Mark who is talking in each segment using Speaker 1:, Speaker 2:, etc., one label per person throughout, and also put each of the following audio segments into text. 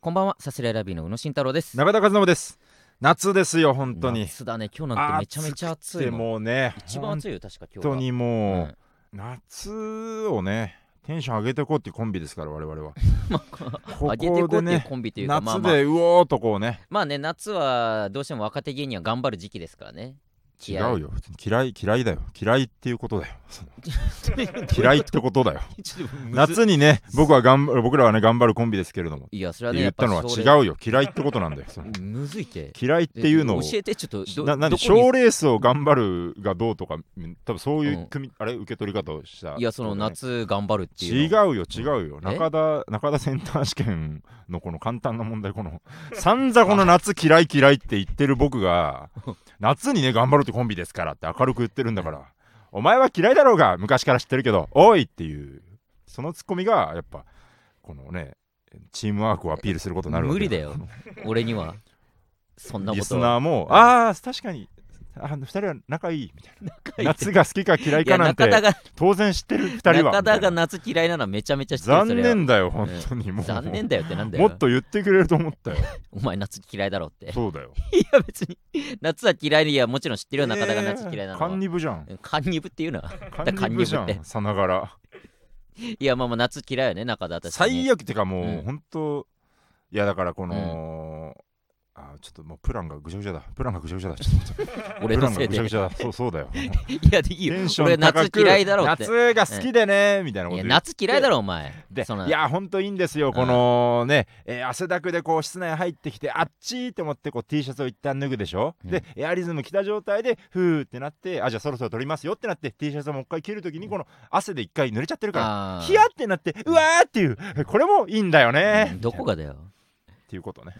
Speaker 1: こんばんは、サスレラビーの宇野慎太郎です。
Speaker 2: 中田和伸です夏ですよ本当に
Speaker 1: 夏だね、今日なんてめちゃめちゃ暑い
Speaker 2: で
Speaker 1: もん。
Speaker 2: もうね
Speaker 1: 一番暑いよ、確か今日が。
Speaker 2: 本当に
Speaker 1: う
Speaker 2: もう、
Speaker 1: ん
Speaker 2: 夏をねテンション上げていこうっていうコンビですから我々は
Speaker 1: まあ
Speaker 2: こ
Speaker 1: 上げていこう
Speaker 2: こ
Speaker 1: って
Speaker 2: で
Speaker 1: いう
Speaker 2: ね
Speaker 1: コンビというか、まあ
Speaker 2: 夏
Speaker 1: まあ、
Speaker 2: でうおーっとこうね
Speaker 1: まあね、夏はどうしても若手芸人は頑張る時期ですからね。
Speaker 2: 違
Speaker 1: いや
Speaker 2: うよ普通に嫌い嫌いだよ嫌いっていうこ とだよ嫌いってことだよ夏にね僕は頑張る僕らはね頑張るコンビですけれども
Speaker 1: いや、それはね、
Speaker 2: 言
Speaker 1: や
Speaker 2: っ
Speaker 1: っぱ
Speaker 2: たのは違うよ嫌いってことなんだよその
Speaker 1: う。むずいって。
Speaker 2: 嫌いっていうのを
Speaker 1: え教えて、ちょっとど、
Speaker 2: ななん
Speaker 1: ど
Speaker 2: で
Speaker 1: こに
Speaker 2: 賞レースを頑張るがどうとかうん多分そういううん組、あれ受け取り方をした
Speaker 1: いや、その夏頑張るってい
Speaker 2: 違
Speaker 1: う
Speaker 2: う
Speaker 1: の。
Speaker 2: よ違うよ
Speaker 1: え
Speaker 2: 中田中田センター試験のこの簡単な問題この 散々この夏嫌い嫌いって言ってる 僕が夏にね頑張ろうってコンビですからって明るく言ってるんだからお前は嫌いだろうが昔から知ってるけどおいっていうそのツッコミがやっぱこのねチームワークをアピールすることになるわけ
Speaker 1: 無理だよ、俺には。そんな
Speaker 2: リ
Speaker 1: こ
Speaker 2: ス
Speaker 1: と
Speaker 2: ナ
Speaker 1: は。
Speaker 2: ーもああ確かにあの2人は仲いいみたいな夏が好きか嫌い
Speaker 1: いや、
Speaker 2: かなん
Speaker 1: 中田
Speaker 2: て
Speaker 1: が、
Speaker 2: 当然知ってる2人はみたいな
Speaker 1: 中田が夏嫌いなのはめちゃめちゃ知ってる。そ
Speaker 2: 残
Speaker 1: れは
Speaker 2: 念だよ本当にもう
Speaker 1: 残念だよってなんだ
Speaker 2: も
Speaker 1: よ。
Speaker 2: っと言ってくれると思 ったよ
Speaker 1: お前夏嫌いだろって。
Speaker 2: そうだよ
Speaker 1: いや 別に夏は嫌いにいやもちろん知ってるよ中田が夏嫌いなのは。
Speaker 2: カンニブじゃん
Speaker 1: うんカンニブっていうのは。 だ
Speaker 2: カンニブじゃ
Speaker 1: カンニブ
Speaker 2: んさながら
Speaker 1: いやまあまあ夏嫌いよね中田確かに。
Speaker 2: 最悪ってかもう、
Speaker 1: うん
Speaker 2: 本当いやだからこの、あちょっともうプランがぐちゃぐちゃだプランがぐちゃぐちゃだちょっと待って
Speaker 1: 俺
Speaker 2: プラ
Speaker 1: の
Speaker 2: ン
Speaker 1: せ
Speaker 2: が
Speaker 1: い
Speaker 2: ぐ
Speaker 1: で。
Speaker 2: ちゃ
Speaker 1: い
Speaker 2: ぐちゃだそうそうだよ
Speaker 1: やでいいよ
Speaker 2: テン。ショ
Speaker 1: 俺
Speaker 2: ン高
Speaker 1: 夏
Speaker 2: く
Speaker 1: 嫌いだろって。
Speaker 2: 夏が好きでねみたいなこと
Speaker 1: いや
Speaker 2: 言う
Speaker 1: 夏嫌いだろお前。
Speaker 2: で
Speaker 1: その
Speaker 2: いやほんといいんですよこのね、えー汗だくでこう室内入ってきてあっちーって思ってこう T シャツを一旦脱ぐでしょ、
Speaker 1: うん
Speaker 2: でエアリズム着た状態でふーってなってあじゃあそろそろ取りますよってなって T シャツをもう一回着るときにこの汗で一回濡れちゃってるか
Speaker 1: あー
Speaker 2: らヒヤってなってうわーっていうこれもいいんだよね、
Speaker 1: うんどこがだよ。
Speaker 2: っていうことね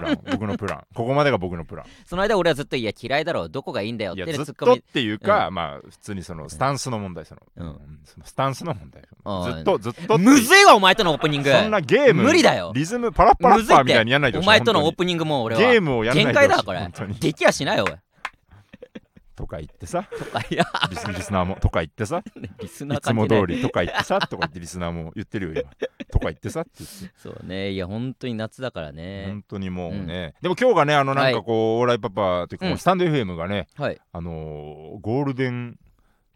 Speaker 2: ラン僕のプランここまでが僕のプラン
Speaker 1: その間俺はずっといや嫌いだろどこがいいんだよっ
Speaker 2: い
Speaker 1: て
Speaker 2: や
Speaker 1: ツ
Speaker 2: ずっ
Speaker 1: ッ
Speaker 2: と
Speaker 1: コ
Speaker 2: っ
Speaker 1: ミ。
Speaker 2: ていうか、まあ普通にそのスタンスの問題その,、
Speaker 1: う
Speaker 2: うんん、そのスタンスの問題
Speaker 1: あー
Speaker 2: ずっとずっとっていう
Speaker 1: むずいわお前とのオープニング。
Speaker 2: そんなゲーム
Speaker 1: 無理だよ
Speaker 2: リズムパラッパラ
Speaker 1: む
Speaker 2: ッ
Speaker 1: ずい
Speaker 2: パ
Speaker 1: っ
Speaker 2: ーみたいにやんない
Speaker 1: て。
Speaker 2: で
Speaker 1: お
Speaker 2: ほしい
Speaker 1: 前とのオ
Speaker 2: 本
Speaker 1: ープニングもう俺
Speaker 2: 当にゲー
Speaker 1: は。
Speaker 2: ムをやんない
Speaker 1: 限
Speaker 2: でほしい
Speaker 1: 界だこれ
Speaker 2: 本当に。
Speaker 1: できやしないよおい。
Speaker 2: とか言っ てさ
Speaker 1: いや
Speaker 2: リスリスナーもとか言ってさ
Speaker 1: リスナ
Speaker 2: い
Speaker 1: ー
Speaker 2: つ
Speaker 1: 関係な
Speaker 2: も
Speaker 1: い
Speaker 2: 通りとか言ってさとか言ってリスナーも言ってる よ今とか言ってさって言って
Speaker 1: そうねいや本当に夏だからね
Speaker 2: 本当にもうねでも今日がねあのなんかこうオーライパパというかこ
Speaker 1: うん
Speaker 2: うスタンド FM がね
Speaker 1: はい
Speaker 2: あのーゴールデン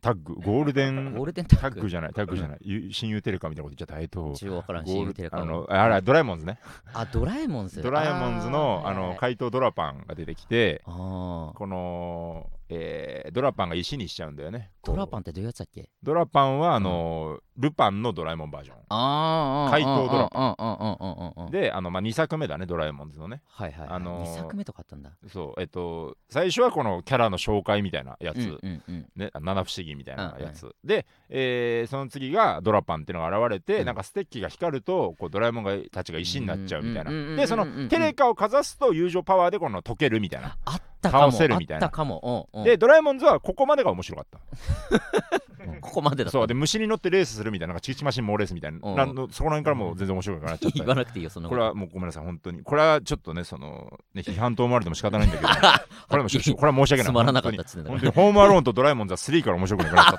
Speaker 2: タッグゴール
Speaker 1: ゴ
Speaker 2: デ
Speaker 1: ー
Speaker 2: ン
Speaker 1: ルデンタ
Speaker 2: タ
Speaker 1: ッ
Speaker 2: ッグ
Speaker 1: グ
Speaker 2: じゃないタッグじゃないゆ親友テレカみたいなこと言っちゃったえっと
Speaker 1: 中央わからんし
Speaker 2: ゴー
Speaker 1: 言う
Speaker 2: ル
Speaker 1: て
Speaker 2: デ
Speaker 1: るか
Speaker 2: ンあ
Speaker 1: ら
Speaker 2: のあれドラえもんですね
Speaker 1: あドラえもんズ
Speaker 2: ドラえもんズのあの
Speaker 1: あ
Speaker 2: 怪盗ドラパンが出てきて
Speaker 1: ー
Speaker 2: この、えードラパンが石にしちゃうんだよねこう
Speaker 1: ドラパンってどういうやつだっけ
Speaker 2: ドラパンはあの、ルパンのドラえもんバージョン
Speaker 1: ああ
Speaker 2: 怪盗ドラ
Speaker 1: パンうんうんうんうんうんうん
Speaker 2: であの、まあ、2作目だねドラえもんズのね
Speaker 1: はいはいはい
Speaker 2: あのー
Speaker 1: 二作目とかあったんだ
Speaker 2: そうえっと最初はこのキャラの紹介みたいなやつ、
Speaker 1: うんうんうん
Speaker 2: ね、あ七不思議みたいなやつ、
Speaker 1: う
Speaker 2: で、えーその次がドラパンっていうのが現れて、
Speaker 1: うん
Speaker 2: なんかステッキが光るとこうドラえもんがたちが石になっちゃうみたいな、
Speaker 1: うんうんうんうん
Speaker 2: でそのテレカをかざすと友情パワーでこの溶けるみたいな、
Speaker 1: あったかも
Speaker 2: 倒せるみたいな
Speaker 1: あったかもうんうん
Speaker 2: でドラえもんズはここまでが面白かった
Speaker 1: ここまでだった
Speaker 2: そうで虫に乗ってレースするみたいななんかチキチマシンもレースみたいな,、
Speaker 1: うん
Speaker 2: なんのそこら辺からもう全然面白くなっちゃっ
Speaker 1: 言
Speaker 2: た
Speaker 1: わなくていいよそんな
Speaker 2: こ
Speaker 1: こ
Speaker 2: れ
Speaker 1: と
Speaker 2: はもうごめんなさい本当にこれはちょっとねそのね批判と思われても仕方な いんだけどこれはもうしょしょこれは申し訳ない
Speaker 1: つまらなかったっつってんだから
Speaker 2: 本当に本当にホームアローンとドラえもんザ3から面白くなくなった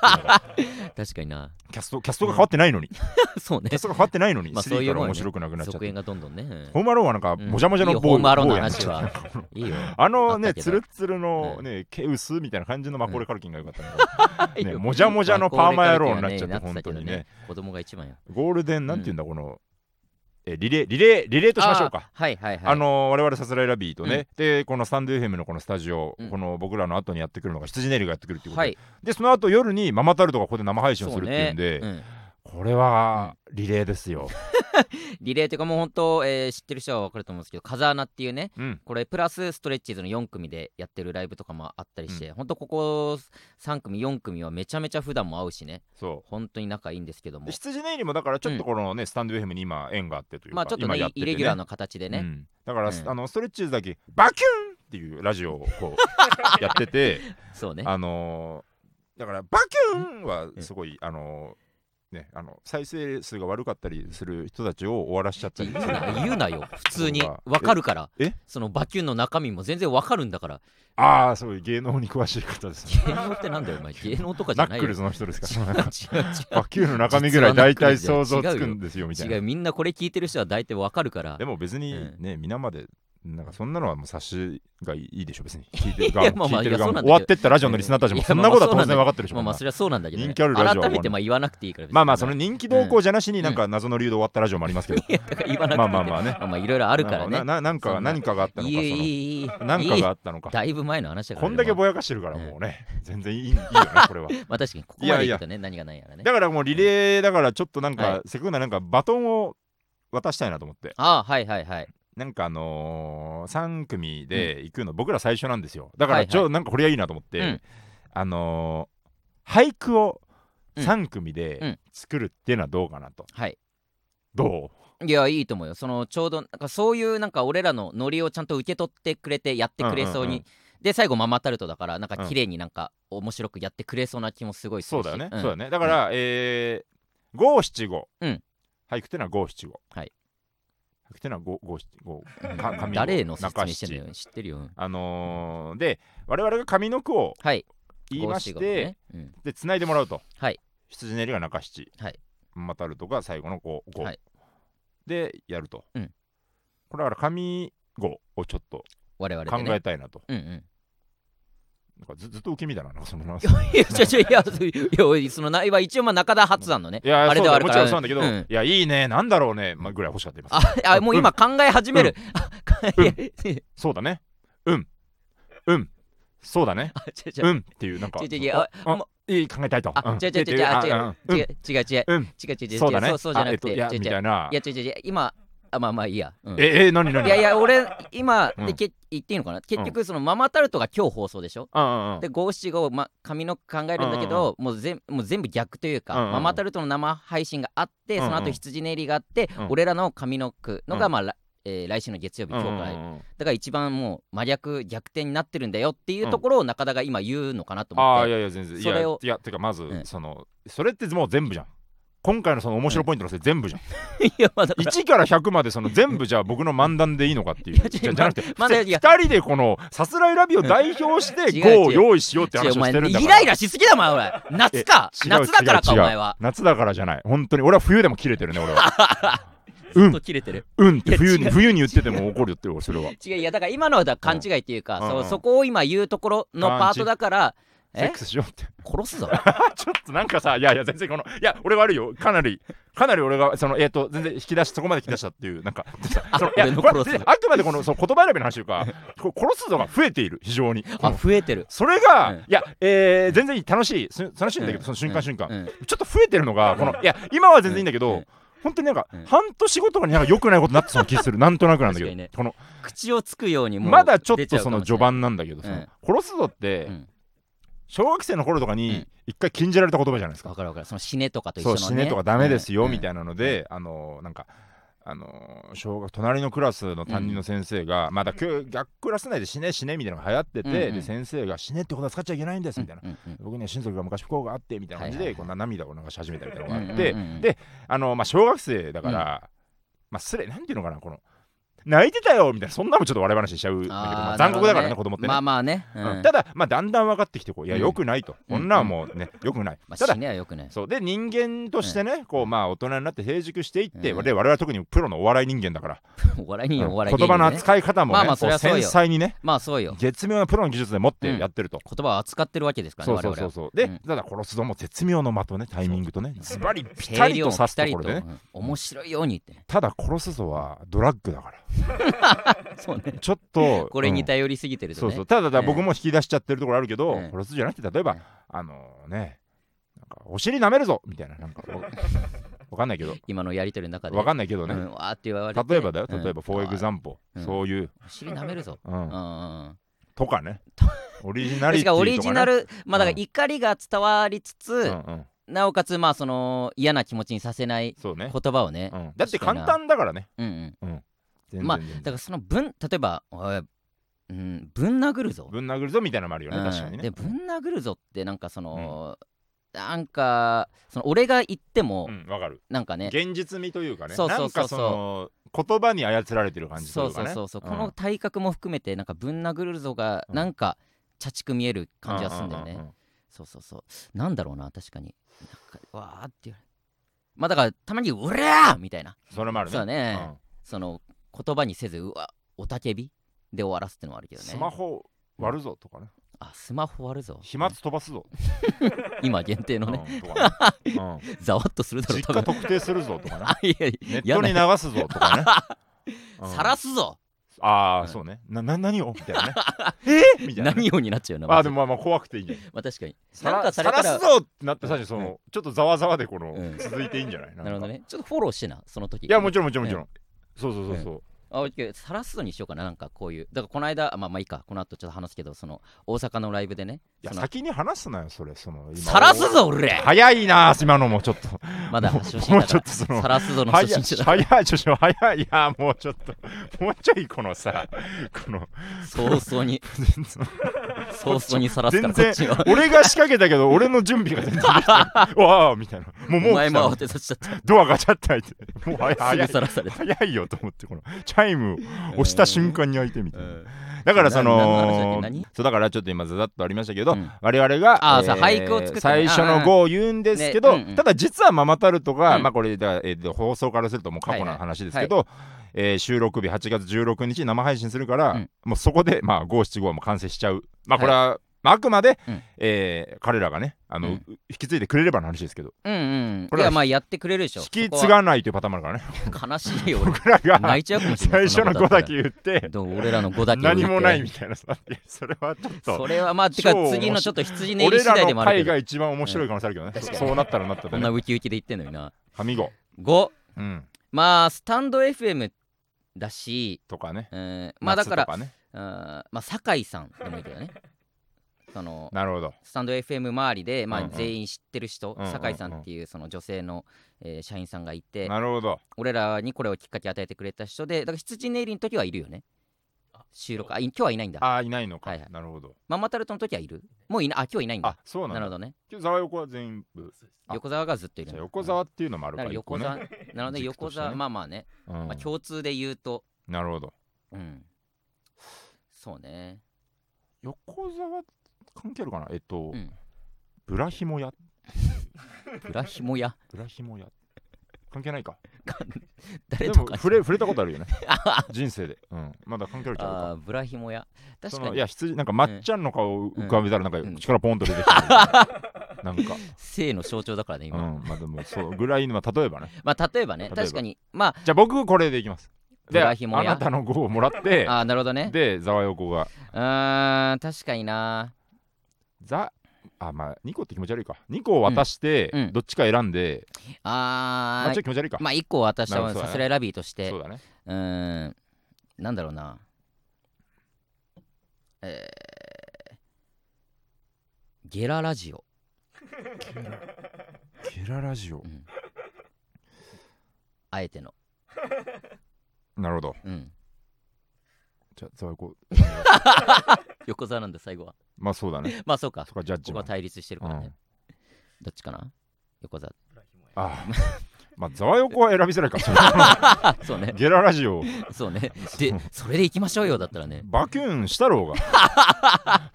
Speaker 2: っていう のが
Speaker 1: 確かに な
Speaker 2: キャストキャストが変わってないのに、キ
Speaker 1: そうね
Speaker 2: ャストが変わってないのに
Speaker 1: まあそうい
Speaker 2: 3
Speaker 1: うも
Speaker 2: か
Speaker 1: ん
Speaker 2: ら
Speaker 1: ね
Speaker 2: 面白くなくなっちゃった、
Speaker 1: 続編がどんどんねうん
Speaker 2: ホームアローンはなんかもじゃもじゃ
Speaker 1: いい
Speaker 2: の
Speaker 1: よ
Speaker 2: 棒
Speaker 1: ホームアローンの
Speaker 2: 棒やん
Speaker 1: 話 はいいよ
Speaker 2: あの
Speaker 1: あった
Speaker 2: ね
Speaker 1: けど
Speaker 2: つるつるの
Speaker 1: うん
Speaker 2: ねケウスみたいな感じのマコーレカルキンが良かったのがねもじゃもじゃのパーマ野郎になっちゃって本当にね。
Speaker 1: 子供が一番よ。
Speaker 2: ゴールデンなんていうんだこのえリレーリレーリレーとしましょうか
Speaker 1: あー。はいはいはい。
Speaker 2: あの我々さすらいラビーとね、でこのスタンド FM のこのスタジオ、
Speaker 1: うん
Speaker 2: この僕らの後にやってくるのが羊ネイルがやってくるっていうこと
Speaker 1: は
Speaker 2: で,、
Speaker 1: い、
Speaker 2: でその後夜にママタルトがここで生配信を
Speaker 1: そう
Speaker 2: するっていうんで、
Speaker 1: ねうん
Speaker 2: これはリレーですよ、
Speaker 1: リレーというかもう本当、えー知ってる人は分かると思うんですけど、風穴っていうね、
Speaker 2: うん、
Speaker 1: これプラスストレッチーズの4組でやってるライブとかもあったりして、本当ここ3組、4組はめちゃめちゃ普段も会うしね、
Speaker 2: そ
Speaker 1: 本当に仲いいんですけど
Speaker 2: う
Speaker 1: も
Speaker 2: で、羊ネイルもだからちょっとこのね、スタンド FM に今縁があってというか、
Speaker 1: まあちょっと
Speaker 2: 今
Speaker 1: ね
Speaker 2: やってて、ね、
Speaker 1: イレギュラーの形で
Speaker 2: う
Speaker 1: ね、
Speaker 2: んだから、
Speaker 1: うん
Speaker 2: あのストレッチーズだけバキュンっていうラジオを こうやってて
Speaker 1: そうね、
Speaker 2: あのーだからバキュンはすごい、あのね、あの再生数が悪かったりする人たちを終わらしちゃったりする
Speaker 1: 言うなよ普通に
Speaker 2: そうか
Speaker 1: わかるから
Speaker 2: え
Speaker 1: そのバキュンの中身も全然わかるんだから
Speaker 2: ああそういう芸能に詳しい方ですね
Speaker 1: 芸能ってなんだよお 前芸能とかじ
Speaker 2: ナ
Speaker 1: ゃな
Speaker 2: ッ
Speaker 1: い
Speaker 2: ク
Speaker 1: よ
Speaker 2: ルズの人ですか
Speaker 1: 違う違
Speaker 2: ら
Speaker 1: う
Speaker 2: バキューの中身ぐらい大体想像つくんですよみたい
Speaker 1: 違う違
Speaker 2: な
Speaker 1: うみんなこれ聞いてる人は大体わかるから
Speaker 2: でも別に
Speaker 1: うん
Speaker 2: ね、皆までなんかそんなのはもう察しがいいでしょ別に聞いてる 側
Speaker 1: いやまあ
Speaker 2: も
Speaker 1: まあ
Speaker 2: 聞いてる側
Speaker 1: いやそうなんだけ
Speaker 2: も
Speaker 1: ど
Speaker 2: 終わってったラジオのリスナーたち
Speaker 1: い
Speaker 2: も
Speaker 1: や
Speaker 2: そんなこと
Speaker 1: ま
Speaker 2: は
Speaker 1: あまあ
Speaker 2: 当然分かってるでしょ
Speaker 1: まあまあそれはそうなんだけどね、
Speaker 2: 人気あるラジオは
Speaker 1: 改めてまあ言わなくていいから別に
Speaker 2: まあまあその人気動向じゃなしに
Speaker 1: ん
Speaker 2: なんか謎の理由で終わったラジオもありますけど、
Speaker 1: だから言わなくて
Speaker 2: まあまあまあね
Speaker 1: まあまあいろいろあ
Speaker 2: あ
Speaker 1: るからね
Speaker 2: なななん
Speaker 1: そ
Speaker 2: か
Speaker 1: んな
Speaker 2: 何かがあったの
Speaker 1: い
Speaker 2: か
Speaker 1: いいいい
Speaker 2: そ
Speaker 1: いいい
Speaker 2: の何かがあ
Speaker 1: い
Speaker 2: ったのか
Speaker 1: だいぶ前の話だから
Speaker 2: こ
Speaker 1: ね
Speaker 2: んだけ
Speaker 1: もう
Speaker 2: ぼやかしてるから
Speaker 1: うん
Speaker 2: もうね全然いいいいよねこれ は
Speaker 1: まあ確かにここまでいくとね何がないやらね
Speaker 2: だからもうリレーだからちょっとなん
Speaker 1: は
Speaker 2: かせっかくならなんかバトンを渡したいなと思って
Speaker 1: ああはいはいはい
Speaker 2: なんかあの3組で行くの僕ら最初なんですよだからち
Speaker 1: はい
Speaker 2: ょなんかこれはいいなと思っ
Speaker 1: う
Speaker 2: て
Speaker 1: ん
Speaker 2: あのー俳句を
Speaker 1: うん
Speaker 2: 3組
Speaker 1: う
Speaker 2: で
Speaker 1: ん
Speaker 2: 作るっていうのはどうかなと
Speaker 1: はい
Speaker 2: どう
Speaker 1: いやいいと思うよそのちょうどなんかそういうなんか俺らのノリをちゃんと受け取ってくれてやってくれそうに、
Speaker 2: うんうんうん
Speaker 1: で最後ママタルトだからなんか
Speaker 2: うん
Speaker 1: 綺麗になんか面白くやってくれそうな気もすごいす
Speaker 2: そう
Speaker 1: るし
Speaker 2: だよね、
Speaker 1: ん
Speaker 2: そうだよねだから、えー、五七五、
Speaker 1: うん
Speaker 2: 俳句ってのは五七五
Speaker 1: はい
Speaker 2: 俳句ってのは五五七 五
Speaker 1: うん
Speaker 2: か上五
Speaker 1: 誰への説明してん
Speaker 2: 中
Speaker 1: のよ知ってるようん
Speaker 2: あのー、で我々が上の句を
Speaker 1: はい
Speaker 2: 言いまして、
Speaker 1: 五七五ねうん
Speaker 2: で繋いでもらうと
Speaker 1: はい
Speaker 2: 羊ねりが中七、
Speaker 1: はい、
Speaker 2: マタルトが最後の五五、
Speaker 1: はい
Speaker 2: でやると、
Speaker 1: うん
Speaker 2: これだから上五をちょっと
Speaker 1: 我々
Speaker 2: 考
Speaker 1: でね
Speaker 2: えたいなと、
Speaker 1: うんうん、
Speaker 2: なんかずずっと受け身だななんかそのなんか
Speaker 1: いや、ちょちょいや、そういやおい、その内は一応、まあ、中田発案のね。
Speaker 2: いや
Speaker 1: あれ
Speaker 2: そう
Speaker 1: では
Speaker 2: だ
Speaker 1: あ
Speaker 2: よ
Speaker 1: る
Speaker 2: も
Speaker 1: か
Speaker 2: ち
Speaker 1: ら
Speaker 2: ろんそうなんだけど、
Speaker 1: うん
Speaker 2: いやいいねなんだろうね、まあ、ぐらい欲しかった今
Speaker 1: あ、あ、もう今考え始める。あ、考え、いや
Speaker 2: そうだね。うん。うん。そうだね。
Speaker 1: あ、ちょちょ、
Speaker 2: うんっていう、なんか。
Speaker 1: 違う違う違うあ
Speaker 2: あ
Speaker 1: も
Speaker 2: いい考えたいと。
Speaker 1: あ、
Speaker 2: ん
Speaker 1: 違う違う
Speaker 2: って
Speaker 1: 違う、
Speaker 2: い
Speaker 1: あ違う
Speaker 2: あうん
Speaker 1: 違う違う違う。
Speaker 2: うん。
Speaker 1: 違う違う違う
Speaker 2: そうだね。
Speaker 1: そうそうじゃ
Speaker 2: あ
Speaker 1: な
Speaker 2: えっ
Speaker 1: く
Speaker 2: と
Speaker 1: て
Speaker 2: い
Speaker 1: 違
Speaker 2: や
Speaker 1: う違う。
Speaker 2: みたいない
Speaker 1: や違う違う違う今あまあまあいいや、うんい
Speaker 2: え、え、何何
Speaker 1: やいや俺今
Speaker 2: うん
Speaker 1: でけ言っていいのかな結局そのママタルトが今日放送でしょ
Speaker 2: うんうんうん
Speaker 1: で五七五ま紙の考えるんだけどもうぜんもう全部逆というか
Speaker 2: うんうんうん
Speaker 1: ママタルトの生配信があってその
Speaker 2: うんう
Speaker 1: 後
Speaker 2: ん
Speaker 1: 羊練りがあって
Speaker 2: うん
Speaker 1: 俺らの紙の句のが
Speaker 2: うん
Speaker 1: まあらえー来週の月曜日
Speaker 2: うん
Speaker 1: 今日
Speaker 2: うん
Speaker 1: から
Speaker 2: うん。
Speaker 1: だから一番もう真逆逆転になってるんだよっていうところを中田が今言うのかなと
Speaker 2: あ
Speaker 1: 思っ
Speaker 2: あ、い
Speaker 1: て
Speaker 2: やいや、全然。い
Speaker 1: それ
Speaker 2: や
Speaker 1: を、
Speaker 2: いや、てか、まず
Speaker 1: う、ん
Speaker 2: その、それってもう全部じゃん。今回のその面白ポイントのせい全部じゃん。
Speaker 1: いやまあだから
Speaker 2: 1から100までその全部じゃあ僕の漫談でいいのかってい う。
Speaker 1: いや違う
Speaker 2: じゃじゃなくて、
Speaker 1: 漫談いや
Speaker 2: 2人でこのさすらいラビを代表し て
Speaker 1: 違う違う
Speaker 2: 5を用意しようって
Speaker 1: 違う
Speaker 2: 話
Speaker 1: お
Speaker 2: をし
Speaker 1: 前
Speaker 2: てるんだから。
Speaker 1: イライラしすぎだお前俺夏か
Speaker 2: え違う
Speaker 1: 夏だからかお
Speaker 2: 違う違う
Speaker 1: 前は
Speaker 2: 夏だからじゃない本当に俺は冬でも切れてるね俺は うん
Speaker 1: と切れてる
Speaker 2: うんって冬
Speaker 1: いや違
Speaker 2: に
Speaker 1: う
Speaker 2: 冬に言ってても怒るよって俺それは
Speaker 1: 違ういやだから今のはだから勘違いっていうか、
Speaker 2: うん
Speaker 1: そう
Speaker 2: うん
Speaker 1: そこを今言うところのパートだから
Speaker 2: セッ
Speaker 1: え
Speaker 2: クスしようって
Speaker 1: 殺すぞ
Speaker 2: ちょっとなんかさいやいや全然このいや俺悪いよかなりかなり俺がそのえっ、と全然引き出しそこまで引き出したっていうなんか
Speaker 1: あ
Speaker 2: そのいや
Speaker 1: 俺の
Speaker 2: これ
Speaker 1: 殺すぞ
Speaker 2: あくまでこのその言葉選びの話というかこ殺すのが増えている非常に
Speaker 1: あ増えて る
Speaker 2: それが、
Speaker 1: うん
Speaker 2: いや、えー全然いい楽しいす楽しいんだけど、その瞬間瞬間、
Speaker 1: うん
Speaker 2: ちょっと増えてるのがこのいや今は全然いいんだけど、
Speaker 1: うん
Speaker 2: 本当になんか、
Speaker 1: うん
Speaker 2: 半年後とかになんか良くないことになってそうな気するなんとなくなんだけ
Speaker 1: 確か
Speaker 2: ど、
Speaker 1: にね
Speaker 2: この
Speaker 1: 口をつくようにもう
Speaker 2: まだちょっ
Speaker 1: 出
Speaker 2: と
Speaker 1: ゃう
Speaker 2: そ
Speaker 1: かも
Speaker 2: の
Speaker 1: しれ
Speaker 2: 序
Speaker 1: ない、
Speaker 2: 盤なんだけどさ、
Speaker 1: うん
Speaker 2: 殺すぞって、
Speaker 1: うん
Speaker 2: 小学生の頃とか
Speaker 1: う
Speaker 2: に
Speaker 1: ん
Speaker 2: 一回禁じられた言葉じゃないですか、
Speaker 1: 分かる分かるその死ねとかと一緒
Speaker 2: そ
Speaker 1: の
Speaker 2: う
Speaker 1: ね
Speaker 2: 死ねとかダメですよみた
Speaker 1: い
Speaker 2: いなので、あのーなんかあのー小学隣のクラスの担任の先生が、まだ今日逆クラス内で死ね死ねみたいなのが流行ってて、
Speaker 1: うんうん
Speaker 2: で先生が死ねってことは使っちゃいけないんですみたいな、僕ね親族が昔不幸があってみたいな感じで、
Speaker 1: はいはいはい
Speaker 2: こんな涙を流し始めたみたいなの
Speaker 1: な
Speaker 2: があって、であのまあ小学生だから、まあすれなんていうのかなこの泣いてたよみたいなそんなのちょっと笑い話しちゃうんだけどまあ残酷だからね子供ってね、
Speaker 1: まあまあね、うん
Speaker 2: うんただまあだんだん分かってきてこういや
Speaker 1: うん
Speaker 2: よくないと、
Speaker 1: うん
Speaker 2: 女はもうねよくない、
Speaker 1: まあ、
Speaker 2: ただ
Speaker 1: 死ねはよくない
Speaker 2: そうで人間としてね、こうまあ大人になって成熟していって、
Speaker 1: うん
Speaker 2: で我々は特にプロのお笑い人間だから、
Speaker 1: お笑いにお笑い
Speaker 2: 言葉の
Speaker 1: い
Speaker 2: 扱い方もね、
Speaker 1: まあまあ
Speaker 2: こ
Speaker 1: そり
Speaker 2: う
Speaker 1: ゃそうよ
Speaker 2: 繊細にね
Speaker 1: まあそうよ
Speaker 2: 絶妙なプロの技術で持ってやってると、
Speaker 1: 言葉を扱ってるわけですからね
Speaker 2: そうそうそうそうで、
Speaker 1: うん
Speaker 2: ただ殺すぞも絶妙の間とねタイミングとねズバリ
Speaker 1: 我
Speaker 2: ピ
Speaker 1: 々は
Speaker 2: タ
Speaker 1: 声
Speaker 2: リ
Speaker 1: 量
Speaker 2: と
Speaker 1: も
Speaker 2: 刺
Speaker 1: ぴ
Speaker 2: す
Speaker 1: た
Speaker 2: と
Speaker 1: り、
Speaker 2: ことろでね
Speaker 1: うん面白いように言って
Speaker 2: ただ殺すぞはドラッグだから
Speaker 1: そうね
Speaker 2: ちょっ と
Speaker 1: これに
Speaker 2: うん
Speaker 1: 頼りすぎてるとね、
Speaker 2: そうそうただただ
Speaker 1: ええ
Speaker 2: 僕も引き出しちゃってるところあるけど、
Speaker 1: ええ
Speaker 2: 殺すじゃなくて例えば、
Speaker 1: ええ
Speaker 2: あのねなんかお尻舐めるぞみたいななんかわわかんないけど
Speaker 1: 今のやりとりの中で
Speaker 2: わかんないけど
Speaker 1: う
Speaker 2: ね、
Speaker 1: ん、わーって言われて
Speaker 2: 例えばだよ例えば、
Speaker 1: うん
Speaker 2: for example、
Speaker 1: うん
Speaker 2: そういう、
Speaker 1: お尻舐めるぞ、
Speaker 2: うん
Speaker 1: うんうんうん、
Speaker 2: と かねオリジナ
Speaker 1: 確
Speaker 2: リティと
Speaker 1: か
Speaker 2: か、ね、
Speaker 1: オリジナルまあだか
Speaker 2: う
Speaker 1: ら
Speaker 2: ん
Speaker 1: 怒りが伝わりつ
Speaker 2: うん
Speaker 1: つ、
Speaker 2: うん
Speaker 1: なおかつまあその嫌な気持ちにさせない
Speaker 2: そうね、
Speaker 1: 言葉をね、
Speaker 2: うん、だって
Speaker 1: 確かに
Speaker 2: 簡
Speaker 1: な
Speaker 2: 単だからね
Speaker 1: うんうん
Speaker 2: 全然
Speaker 1: まあ
Speaker 2: 全然
Speaker 1: だからそのぶん例えばおいうんぶん殴るぞ
Speaker 2: ぶん殴るぞみたいなのもあるよね、
Speaker 1: うん
Speaker 2: 確かにね
Speaker 1: でぶん殴るぞってなんかその、なんかその俺が言っても、
Speaker 2: うんわかる
Speaker 1: なんかね
Speaker 2: 現実味というかね
Speaker 1: そうそうそうそう
Speaker 2: なんかその言葉に操られてる感じと
Speaker 1: そ
Speaker 2: いううか
Speaker 1: そう
Speaker 2: ね
Speaker 1: そうそう、
Speaker 2: うん
Speaker 1: この体格も含めてなんかぶん殴るぞが
Speaker 2: うん
Speaker 1: なんか茶畜見える感じがするんだよね、
Speaker 2: ううう
Speaker 1: そうそうそうなんだろうな確かになんかわーって言われまあだからたまに「うりゃー!」みたいな
Speaker 2: それもあるね
Speaker 1: そうだね
Speaker 2: ん
Speaker 1: その言葉にせずうわおたけびで終わらすってのはあるけどね
Speaker 2: スマホ割るぞとかね
Speaker 1: あスマホ割るぞ
Speaker 2: 飛沫飛ばすぞ、
Speaker 1: 今限定のね、
Speaker 2: うんとかねうん
Speaker 1: ざわっとするだろ
Speaker 2: 実
Speaker 1: 多
Speaker 2: 家
Speaker 1: 分
Speaker 2: 特定するぞとかね
Speaker 1: あいやい
Speaker 2: ネ
Speaker 1: や
Speaker 2: ットに
Speaker 1: 嫌だ
Speaker 2: 流すぞとかね うん
Speaker 1: さらすぞ
Speaker 2: あ
Speaker 1: う
Speaker 2: あ
Speaker 1: ん
Speaker 2: そうねなな何をみたいな ねえみたいなね
Speaker 1: 何ようになっちゃうな
Speaker 2: あ
Speaker 1: ま
Speaker 2: ー
Speaker 1: ず
Speaker 2: でもまあまあ怖くていいんじゃない
Speaker 1: まあ確かにな
Speaker 2: さ
Speaker 1: ん
Speaker 2: ら
Speaker 1: か
Speaker 2: さ
Speaker 1: さ
Speaker 2: ら
Speaker 1: れた
Speaker 2: す
Speaker 1: ら
Speaker 2: ぞってなって最初その、
Speaker 1: うん
Speaker 2: ちょっとざわざわでこの、
Speaker 1: うん
Speaker 2: 続いていいんじゃない
Speaker 1: なるほど
Speaker 2: ね
Speaker 1: ねちょっとフォローしてなその時
Speaker 2: いやもちろんもちろんもちろん、そうそうそうそう、
Speaker 1: あオッケーさらすのにしようかななんかこういうだからこの間あまあまあいいかこの後ちょっと話すけどその大阪のライブでね
Speaker 2: いや
Speaker 1: その
Speaker 2: 先に話すなよそれその今
Speaker 1: さらすぞ俺
Speaker 2: 早いな今のもちょっと
Speaker 1: まだ
Speaker 2: も
Speaker 1: 初
Speaker 2: う
Speaker 1: 心
Speaker 2: もうち
Speaker 1: 者
Speaker 2: ょ
Speaker 1: だ
Speaker 2: っとそ
Speaker 1: か
Speaker 2: の
Speaker 1: らさらすぞの
Speaker 2: 早い
Speaker 1: 初心者だか
Speaker 2: 早いちょっと早いいやもうちょっともうちょいこのさこの
Speaker 1: ら早々に早々にさらすからこっ
Speaker 2: 全然
Speaker 1: ちは
Speaker 2: 俺が仕掛けたけど俺の準備が全 然できてないわあみたいなもうも
Speaker 1: お
Speaker 2: う
Speaker 1: 前
Speaker 2: 来
Speaker 1: も慌
Speaker 2: た
Speaker 1: てさせちゃっ
Speaker 2: ドアガチャって開いてもう早い
Speaker 1: たす
Speaker 2: 早
Speaker 1: ぐ
Speaker 2: い
Speaker 1: さらされた
Speaker 2: 早いよと思ってこのチャイムを押した瞬間に開いてみたいなだからそ
Speaker 1: な何の話だっ
Speaker 2: の
Speaker 1: け何
Speaker 2: そうだからちょっと今ざざっとありましたけど、
Speaker 1: うん
Speaker 2: 我々が
Speaker 1: あーそう俳句を作ってね
Speaker 2: 最初の語を言うんですけど、
Speaker 1: ねうんうん
Speaker 2: ただ実はママタルトが、
Speaker 1: うん
Speaker 2: まあこれだ、えーと放送からするともう過去の話ですけど、えー収録日8月16日生配信するから、
Speaker 1: うん
Speaker 2: もうそこでまあ五七五はもう完成しちゃうまあこれは、まあ、あくまで、
Speaker 1: うん
Speaker 2: えー彼らがねあの、
Speaker 1: うん
Speaker 2: 引き継いでくれればの話ですけど
Speaker 1: うんうんい
Speaker 2: これは
Speaker 1: やまあやってくれるでしょ
Speaker 2: 引き
Speaker 1: そ
Speaker 2: 継
Speaker 1: こは
Speaker 2: がないというパターンもあるからね
Speaker 1: 悲しいよ俺
Speaker 2: 僕らが
Speaker 1: 泣いちゃうかもしれな
Speaker 2: 最
Speaker 1: い
Speaker 2: 初の
Speaker 1: 語
Speaker 2: 語だけ言って
Speaker 1: 俺らの語だけ言って
Speaker 2: 何もないみた いなさいやそれはちょっと
Speaker 1: それはまあて
Speaker 2: 超
Speaker 1: か
Speaker 2: 面白い
Speaker 1: 次のちょっと羊ネイリ
Speaker 2: 俺
Speaker 1: 次
Speaker 2: ら
Speaker 1: 第でも
Speaker 2: の
Speaker 1: あるけ
Speaker 2: 回
Speaker 1: ど
Speaker 2: が一番面白い可能性あるけどね、
Speaker 1: うん
Speaker 2: そうなったらなった
Speaker 1: こ
Speaker 2: で
Speaker 1: んな
Speaker 2: ね
Speaker 1: ウキウキで言ってんのにな
Speaker 2: 神語、
Speaker 1: 5
Speaker 2: うん、
Speaker 1: まあスタンド FM だし
Speaker 2: とかね
Speaker 1: うんまあだから
Speaker 2: 夏とね
Speaker 1: うんまあ酒井さんでもいいけどね その
Speaker 2: なるほど
Speaker 1: スタンド FM 周りで、ま
Speaker 2: うんう
Speaker 1: あ、
Speaker 2: ん
Speaker 1: 全員知ってる人、
Speaker 2: うんうんうん
Speaker 1: 酒井さんっていうその女性の、えー社員さんがいて
Speaker 2: なるほど
Speaker 1: 俺らにこれをきっかけ与えてくれた人でだから羊ネイリの時はいるよね収録あい今日はいないんだ
Speaker 2: ああいないのか、
Speaker 1: はいはい
Speaker 2: なるほど
Speaker 1: ママタルトの時はいるもういなあ今日いないんだ
Speaker 2: あそう
Speaker 1: な
Speaker 2: なん
Speaker 1: る
Speaker 2: だ
Speaker 1: ほどね
Speaker 2: 今日沢横は全部あ
Speaker 1: 横澤がずっといる
Speaker 2: じ
Speaker 1: の
Speaker 2: ゃあ横沢っていうのもあ
Speaker 1: う
Speaker 2: る
Speaker 1: んだか
Speaker 2: か
Speaker 1: らら横
Speaker 2: 一
Speaker 1: 澤、
Speaker 2: 個ね
Speaker 1: なので
Speaker 2: 軸と
Speaker 1: 横
Speaker 2: してね
Speaker 1: 澤、まあまあね、
Speaker 2: うん
Speaker 1: まあ、共通で言うと
Speaker 2: なるほど
Speaker 1: うんそうね
Speaker 2: 横沢関係あるかなえっと、
Speaker 1: うん
Speaker 2: ブラヒモヤ
Speaker 1: ブラヒモ や
Speaker 2: ブラヒモヤ関係な いか
Speaker 1: 誰
Speaker 2: で
Speaker 1: と
Speaker 2: も
Speaker 1: か
Speaker 2: 触れ触れたこと あるよね人生で、うん、まだ関係あるけど
Speaker 1: あーブラヒモや確
Speaker 2: そ
Speaker 1: か
Speaker 2: のい
Speaker 1: に
Speaker 2: や羊なんかまっちゃんの顔を浮かべたらなん
Speaker 1: うん
Speaker 2: か力ポンと出てきた、 なんか、
Speaker 1: 性の象徴だからね
Speaker 2: う
Speaker 1: 今、
Speaker 2: ん、まあでもそうぐらいのまあ例えばね
Speaker 1: まあ例えばね
Speaker 2: 例えば
Speaker 1: 確かにまあ
Speaker 2: じゃあ僕これでいきます
Speaker 1: ブ
Speaker 2: であ
Speaker 1: ラヒモヤ
Speaker 2: なたの号をもらって
Speaker 1: あーなるほどね
Speaker 2: でざわよこが
Speaker 1: うーん確かにな
Speaker 2: ざあまあ2個って気持ち悪いか2個を渡して、
Speaker 1: うんうん
Speaker 2: どっちか選んで、ま
Speaker 1: あ
Speaker 2: あ、ちょっ
Speaker 1: ー
Speaker 2: と気持ち悪いか、
Speaker 1: まあ一個渡した
Speaker 2: なるほど
Speaker 1: さすらいラビーとして
Speaker 2: そうだね
Speaker 1: うーんなんだろうなえー、ゲララジオ、
Speaker 2: ゲララジオ
Speaker 1: うん、あえての
Speaker 2: なるほど
Speaker 1: うん
Speaker 2: じゃあざわよこ
Speaker 1: 横澤なんだ最後は
Speaker 2: まあそうだね
Speaker 1: まあそうか
Speaker 2: そこ はジャッ
Speaker 1: こ
Speaker 2: ジ
Speaker 1: こ
Speaker 2: も
Speaker 1: は対立してるからね、
Speaker 2: うん
Speaker 1: どっちかな横澤
Speaker 2: あまあざわよこは選びづらいかその
Speaker 1: あそうね
Speaker 2: ゲララジオ
Speaker 1: そうねでそれで行きましょうよだったらね
Speaker 2: バキューンしたろうが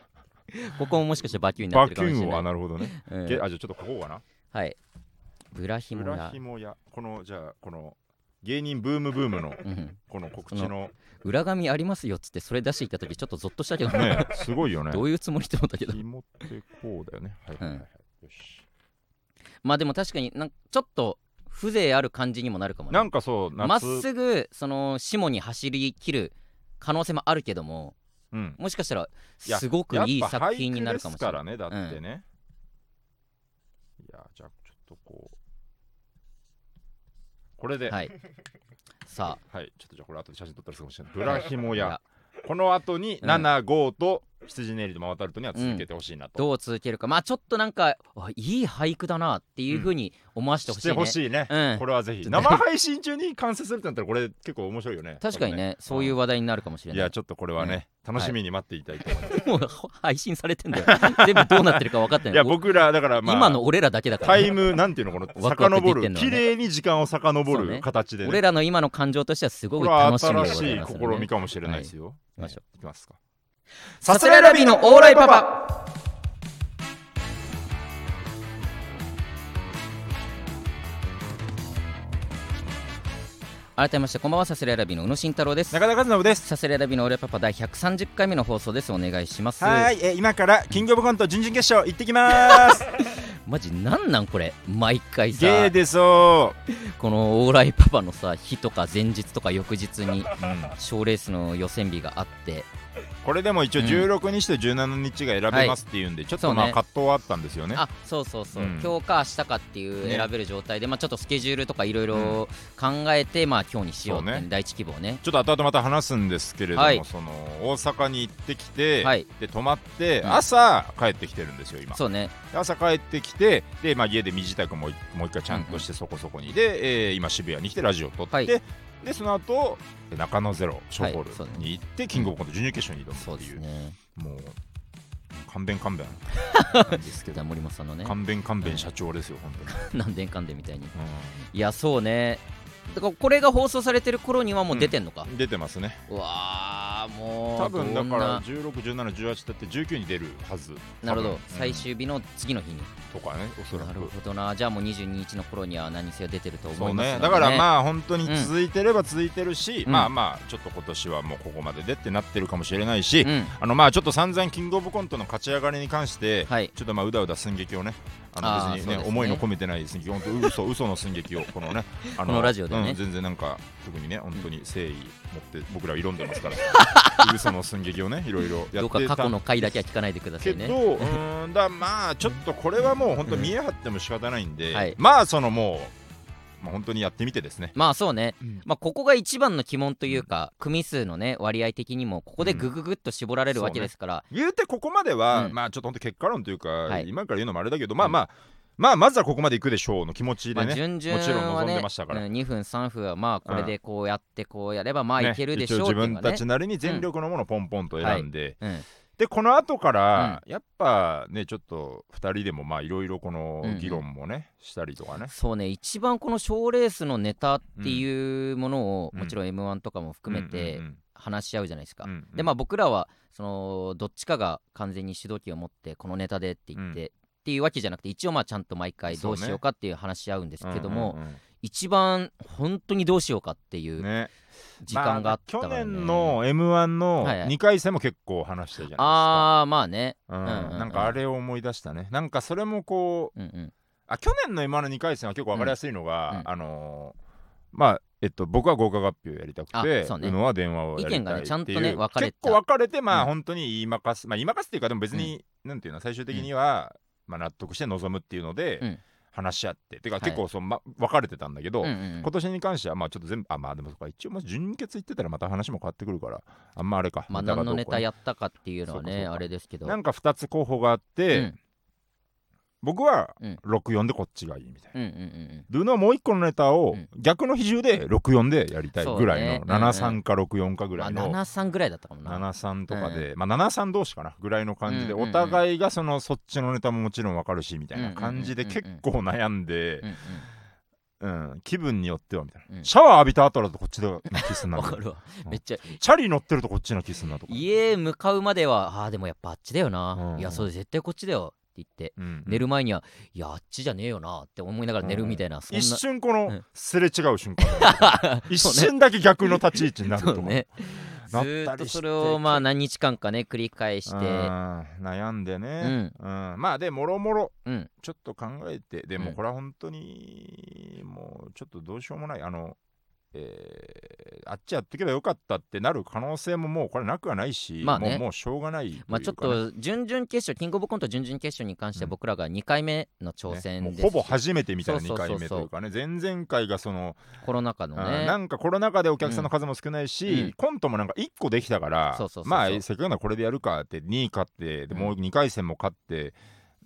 Speaker 1: ここももしかしてバキューに なっ
Speaker 2: バ
Speaker 1: てる
Speaker 2: キ
Speaker 1: か
Speaker 2: ュ
Speaker 1: もしれ
Speaker 2: ーン
Speaker 1: な
Speaker 2: をあ
Speaker 1: い
Speaker 2: なるほどね、
Speaker 1: うん
Speaker 2: ゲあじゃあちょっとここかな
Speaker 1: はいブラヒ
Speaker 2: ブ
Speaker 1: モ
Speaker 2: ラ
Speaker 1: や
Speaker 2: ヒモヤこのじゃあこの芸人ブームブームの
Speaker 1: うん
Speaker 2: この告知の
Speaker 1: 裏紙ありますよっつってそれ出していった時ちょっとゾッとしたけどね
Speaker 2: ねすごいよね
Speaker 1: どういうつもりって思ったけど
Speaker 2: 紐ってこうだよねはいはいはい、はいよし
Speaker 1: まあでも確かになんかちょっと風情ある感じにもなるかもね
Speaker 2: なんかそう夏
Speaker 1: まっすぐその下に走り切る可能性もあるけども
Speaker 2: うん、
Speaker 1: もしかしたら
Speaker 2: いや
Speaker 1: すごくいい作品になるかもしれ
Speaker 2: や
Speaker 1: な
Speaker 2: っ
Speaker 1: い
Speaker 2: ぱ俳句ですからねだってね、いやじゃあちょっとこうこれでは、
Speaker 1: はいいさ
Speaker 2: ちょっとじゃあこれ後で写真撮ったりするかもしれないブラヒモ
Speaker 1: あい
Speaker 2: ヤ
Speaker 1: や
Speaker 2: この後に
Speaker 1: うん
Speaker 2: 75と羊ネイルと真渡るとには続けてほしいなと、
Speaker 1: どう続けるかまあちょっとなんかあいい俳句だなっていうふうに思わせてほ
Speaker 2: し
Speaker 1: しい
Speaker 2: て
Speaker 1: ね、
Speaker 2: ほしいね、
Speaker 1: うん
Speaker 2: これはぜひ
Speaker 1: ちょっ
Speaker 2: 生
Speaker 1: と
Speaker 2: 配信中に完成するってなったらこれ結構面白いよね
Speaker 1: 確かにねそういう話題になるかもしれ
Speaker 2: い
Speaker 1: ない
Speaker 2: やちょっとこれはね、楽しみに待っていただいて、い
Speaker 1: もう配信されてんだよ 全部どうなってるか分かってない
Speaker 2: や僕らだからまあ
Speaker 1: 今の俺らだけだから
Speaker 2: タ
Speaker 1: ね、
Speaker 2: イムなんていうのこの
Speaker 1: ワクワクでき
Speaker 2: 遡
Speaker 1: てん
Speaker 2: る
Speaker 1: のはね
Speaker 2: 綺麗に時間を遡
Speaker 1: そうね
Speaker 2: る形でね
Speaker 1: 俺らの今の感情としてはすご
Speaker 2: こ
Speaker 1: く
Speaker 2: れは
Speaker 1: 楽しみでご
Speaker 2: 新
Speaker 1: ざ
Speaker 2: し
Speaker 1: い
Speaker 2: い
Speaker 1: ますよ
Speaker 2: 試み
Speaker 1: ね
Speaker 2: かもしれないですよ、
Speaker 1: い行きましょ
Speaker 2: ういきますか
Speaker 1: さすらいラビのオーライパパ改めましてこんばんはさすらいラビの宇野慎太郎です
Speaker 2: 中田和伸です
Speaker 1: さすらいラビのオーライパパ第130回目の放送ですお願いします
Speaker 2: はーい、えー今からキングオブコント準々決勝行ってきます
Speaker 1: マジなんなんこれ毎回さ
Speaker 2: ゲーでそ
Speaker 1: このオーライパパのさ日とか前日とか翌日に
Speaker 2: う、うん
Speaker 1: 賞レースの予選日があって
Speaker 2: これでも一応
Speaker 1: うん
Speaker 2: 16日と17日が選べますっていうんで、ちょっ
Speaker 1: そ
Speaker 2: と
Speaker 1: う
Speaker 2: まあ
Speaker 1: ね
Speaker 2: 葛藤はあったんですよね
Speaker 1: あそうそうそう、
Speaker 2: うん
Speaker 1: 今日か明日かっていう
Speaker 2: ね
Speaker 1: 選べる状態で、まあ、ちょっとスケジュールとかいろいろ考えて、まあ今日にしようっていう
Speaker 2: そうね
Speaker 1: 第一希望ね
Speaker 2: ちょっと後々また話すんですけれども、
Speaker 1: はい
Speaker 2: その大阪に行ってきて、
Speaker 1: はい
Speaker 2: で泊まって、
Speaker 1: うん
Speaker 2: 朝帰ってきてるんですよ今
Speaker 1: そうね
Speaker 2: 朝帰ってきてで、まあ、家で身支度もいもう一回ちゃんとしてそこそこに、で、えー今渋谷に来てラジオを撮って、
Speaker 1: はい
Speaker 2: でその後中野ゼロショーホ
Speaker 1: はいそう
Speaker 2: ー
Speaker 1: ね
Speaker 2: ルに行って、キングオブコント準々決勝に挑
Speaker 1: そ
Speaker 2: む
Speaker 1: う
Speaker 2: って
Speaker 1: で
Speaker 2: い
Speaker 1: す
Speaker 2: う
Speaker 1: ね
Speaker 2: もう勘弁勘弁なんですけど
Speaker 1: じゃあ森本さんのね
Speaker 2: 勘弁勘弁社長ですよ本当に、
Speaker 1: 何年間でみたいに
Speaker 2: う
Speaker 1: いやそうねだからこれが放送されてる頃にはもう出てんのか、
Speaker 2: ん出てますね
Speaker 1: うわーもう
Speaker 2: 多分だか
Speaker 1: どん
Speaker 2: ら
Speaker 1: な
Speaker 2: 161718だって19に出るはず
Speaker 1: なるほど、
Speaker 2: 多分
Speaker 1: 最終日の次の日に
Speaker 2: とかねおそら
Speaker 1: なる
Speaker 2: く
Speaker 1: ほどなじゃあもう22日の頃には何せ出てると思
Speaker 2: そう
Speaker 1: います
Speaker 2: ねだから
Speaker 1: あ
Speaker 2: まあ本当に
Speaker 1: うん
Speaker 2: 続いてれば続いてるし、
Speaker 1: うん
Speaker 2: まあまあちょっと今年はもうここまででってなってるかもしれないし、
Speaker 1: うん
Speaker 2: あのまあちょっと散々キングオブコントの勝ち上がりに関して、
Speaker 1: はい
Speaker 2: ちょっとまあうだうだ寸劇をねあ
Speaker 1: あー
Speaker 2: の別に
Speaker 1: そう
Speaker 2: ね
Speaker 1: ですね
Speaker 2: 思いの込めてない寸劇本 当嘘嘘の寸劇をこのねあ
Speaker 1: このラジオでね
Speaker 2: うん全然なんか特にね本当に誠意持って僕らは挑んでますから 嘘の寸劇をねいろいろや
Speaker 1: ど
Speaker 2: っ
Speaker 1: うか
Speaker 2: て
Speaker 1: 過
Speaker 2: た
Speaker 1: 去の回だけは聞かないでくださ
Speaker 2: け
Speaker 1: い
Speaker 2: ど、
Speaker 1: ね
Speaker 2: うーんだまあちょっとこれはもう本当見え張っても仕方ないんで、
Speaker 1: はい
Speaker 2: まあそのもう、まあ、本当にやってみてですね、
Speaker 1: まあそうね、
Speaker 2: うん
Speaker 1: まあ、ここが一番の鬼門というか、組数のね割合的にもここでグググッと絞られるわけですから、
Speaker 2: 言うてここまでは、
Speaker 1: うん
Speaker 2: まあちょっと本当結果論というか、
Speaker 1: はい
Speaker 2: 今から言うのもあれだけどまあまあ、まあまずはここまで行くでしょうの気持ち
Speaker 1: ま
Speaker 2: で
Speaker 1: あ、順
Speaker 2: ね、
Speaker 1: 々
Speaker 2: もちろん
Speaker 1: は
Speaker 2: 望ん
Speaker 1: ね
Speaker 2: でましたから
Speaker 1: うん2分3分はまあこれでこうやってこうやればまあ
Speaker 2: ね
Speaker 1: いけるでしょうって
Speaker 2: 一
Speaker 1: いう
Speaker 2: 応自
Speaker 1: の
Speaker 2: 分
Speaker 1: が
Speaker 2: た
Speaker 1: ね
Speaker 2: ちなりに全力のものをポンポンと選んで、
Speaker 1: うん
Speaker 2: でこの後から、やっぱねちょっと2人でもまあいろいろこの
Speaker 1: うんうん
Speaker 2: 議論もね、したりとかね
Speaker 1: そうね一番この賞ーレースのネタっていうものを、
Speaker 2: うん
Speaker 1: もちろん m 1とかも含めて話し合うじゃないですか、でまあ
Speaker 2: あ
Speaker 1: 僕らはそのどっちかが完全に主導権を持ってこのネタでって言って、っていうわけじゃなくて一応まあちゃんと毎回どうしようかっていう話し合うんですけども、一番本当にどうしようかっていう
Speaker 2: ね、
Speaker 1: 時間があったから、ね
Speaker 2: まあ去年の m 1の
Speaker 1: はいはい
Speaker 2: 2回戦も結構話したじゃな
Speaker 1: ああまあね
Speaker 2: いで
Speaker 1: ーう
Speaker 2: すか、
Speaker 1: んうんう
Speaker 2: うんん、なんかあれを思い出したねなんかそれもこう
Speaker 1: うんうん
Speaker 2: あ去年の m 1の2回戦は結構分かりやすいのが、
Speaker 1: うんうん
Speaker 2: あのーまあえっと、僕は合格発表やりたくて
Speaker 1: あそうね
Speaker 2: うのは電話をやりたい
Speaker 1: 意見がねちゃんとね
Speaker 2: っていう
Speaker 1: 分かれて
Speaker 2: 結構分かれてまあ、
Speaker 1: うん
Speaker 2: 本当に言いまかすまあ言いまかすっていうかでも別に、なんていうの最終的には、まあ、納得して臨むっていうので、
Speaker 1: うん
Speaker 2: 話し合っててか、
Speaker 1: はい
Speaker 2: 結構その、ま、分かれてたんだけど、
Speaker 1: うんうん
Speaker 2: 今年に関してはまあちょっと全部あまあでもそっか一応まあ準決行ってたらまた話も変わってくるからあんまあれか
Speaker 1: まあ
Speaker 2: ネタが
Speaker 1: 何
Speaker 2: ど
Speaker 1: の
Speaker 2: う
Speaker 1: ネ
Speaker 2: こう
Speaker 1: タ
Speaker 2: ね
Speaker 1: やったかっていうのは
Speaker 2: そうか
Speaker 1: ね
Speaker 2: そうか
Speaker 1: あれですけど
Speaker 2: なんか2つ候補があって、
Speaker 1: うん
Speaker 2: 僕は
Speaker 1: うん
Speaker 2: 64でこっちがいいみたいな、
Speaker 1: うんうんうん
Speaker 2: ルノはもう1個のネタを
Speaker 1: うん
Speaker 2: 逆の比重で64でやりたいぐらいの、
Speaker 1: そうね
Speaker 2: 73か64か
Speaker 1: う
Speaker 2: ぐ
Speaker 1: んま
Speaker 2: ら
Speaker 1: あ
Speaker 2: いの、
Speaker 1: 73ぐらいだったかもな
Speaker 2: 73とかで、まあ73同士かなぐらいの感じで、
Speaker 1: うんうんうん
Speaker 2: お互いがそのそっちのネタももちろんわかるしみたいな感じで
Speaker 1: うんうんうん
Speaker 2: 結
Speaker 1: うん
Speaker 2: 構悩んで
Speaker 1: う、ん
Speaker 2: うん、気分によってはみたいな、
Speaker 1: うん
Speaker 2: シャワー浴びた後だとこっちだな気すん
Speaker 1: うん
Speaker 2: な
Speaker 1: わ
Speaker 2: みたい
Speaker 1: かる
Speaker 2: な
Speaker 1: わ
Speaker 2: うん
Speaker 1: めっちゃ
Speaker 2: チャリ乗ってるとこっちな気すんなとか、
Speaker 1: 家へ向かうまではあーでもやっぱあっちだよな、
Speaker 2: うん
Speaker 1: いやそう絶対こっちだよって言って
Speaker 2: うん
Speaker 1: 寝る前にはいやあっちじゃねえよなって思いながら寝るみたいな、 そんな
Speaker 2: 一瞬こ
Speaker 1: う
Speaker 2: の
Speaker 1: ん
Speaker 2: すれ違う 瞬間がある一瞬だけ逆の立ち位置になる
Speaker 1: そ
Speaker 2: と
Speaker 1: う
Speaker 2: か
Speaker 1: ねず
Speaker 2: なったりして
Speaker 1: ーっとそれをまあ何日間かね繰り返し
Speaker 2: う
Speaker 1: て
Speaker 2: ん悩んでね、うんまあでもろもろ
Speaker 1: うん
Speaker 2: ちょっと考えてで
Speaker 1: う
Speaker 2: も
Speaker 1: ん
Speaker 2: これは本当にもうちょっとどうしようもないあのえーあっちやってけばよかったってなる可能性ももうこれなくはないし、
Speaker 1: まあね
Speaker 2: もうもうしょうがないというかね、
Speaker 1: まあ、ちょっと準々決勝キングオブコント準々決勝に関して
Speaker 2: うん
Speaker 1: 僕らが2回目の挑
Speaker 2: ね
Speaker 1: 戦
Speaker 2: も
Speaker 1: で
Speaker 2: う
Speaker 1: すし、
Speaker 2: ほぼ初めてみたいな
Speaker 1: そ
Speaker 2: 2
Speaker 1: うそうそう
Speaker 2: 回
Speaker 1: そう
Speaker 2: 目というかね前々回がその、
Speaker 1: コロナ禍の
Speaker 2: うん
Speaker 1: ね
Speaker 2: なんかコロナ禍でお客さんの数も少ないし、
Speaker 1: うんうん
Speaker 2: コントもなんか1個できたから
Speaker 1: そうそうそうそう
Speaker 2: まあせっかくならこれでやるかって2位勝ってでもう2回戦も勝って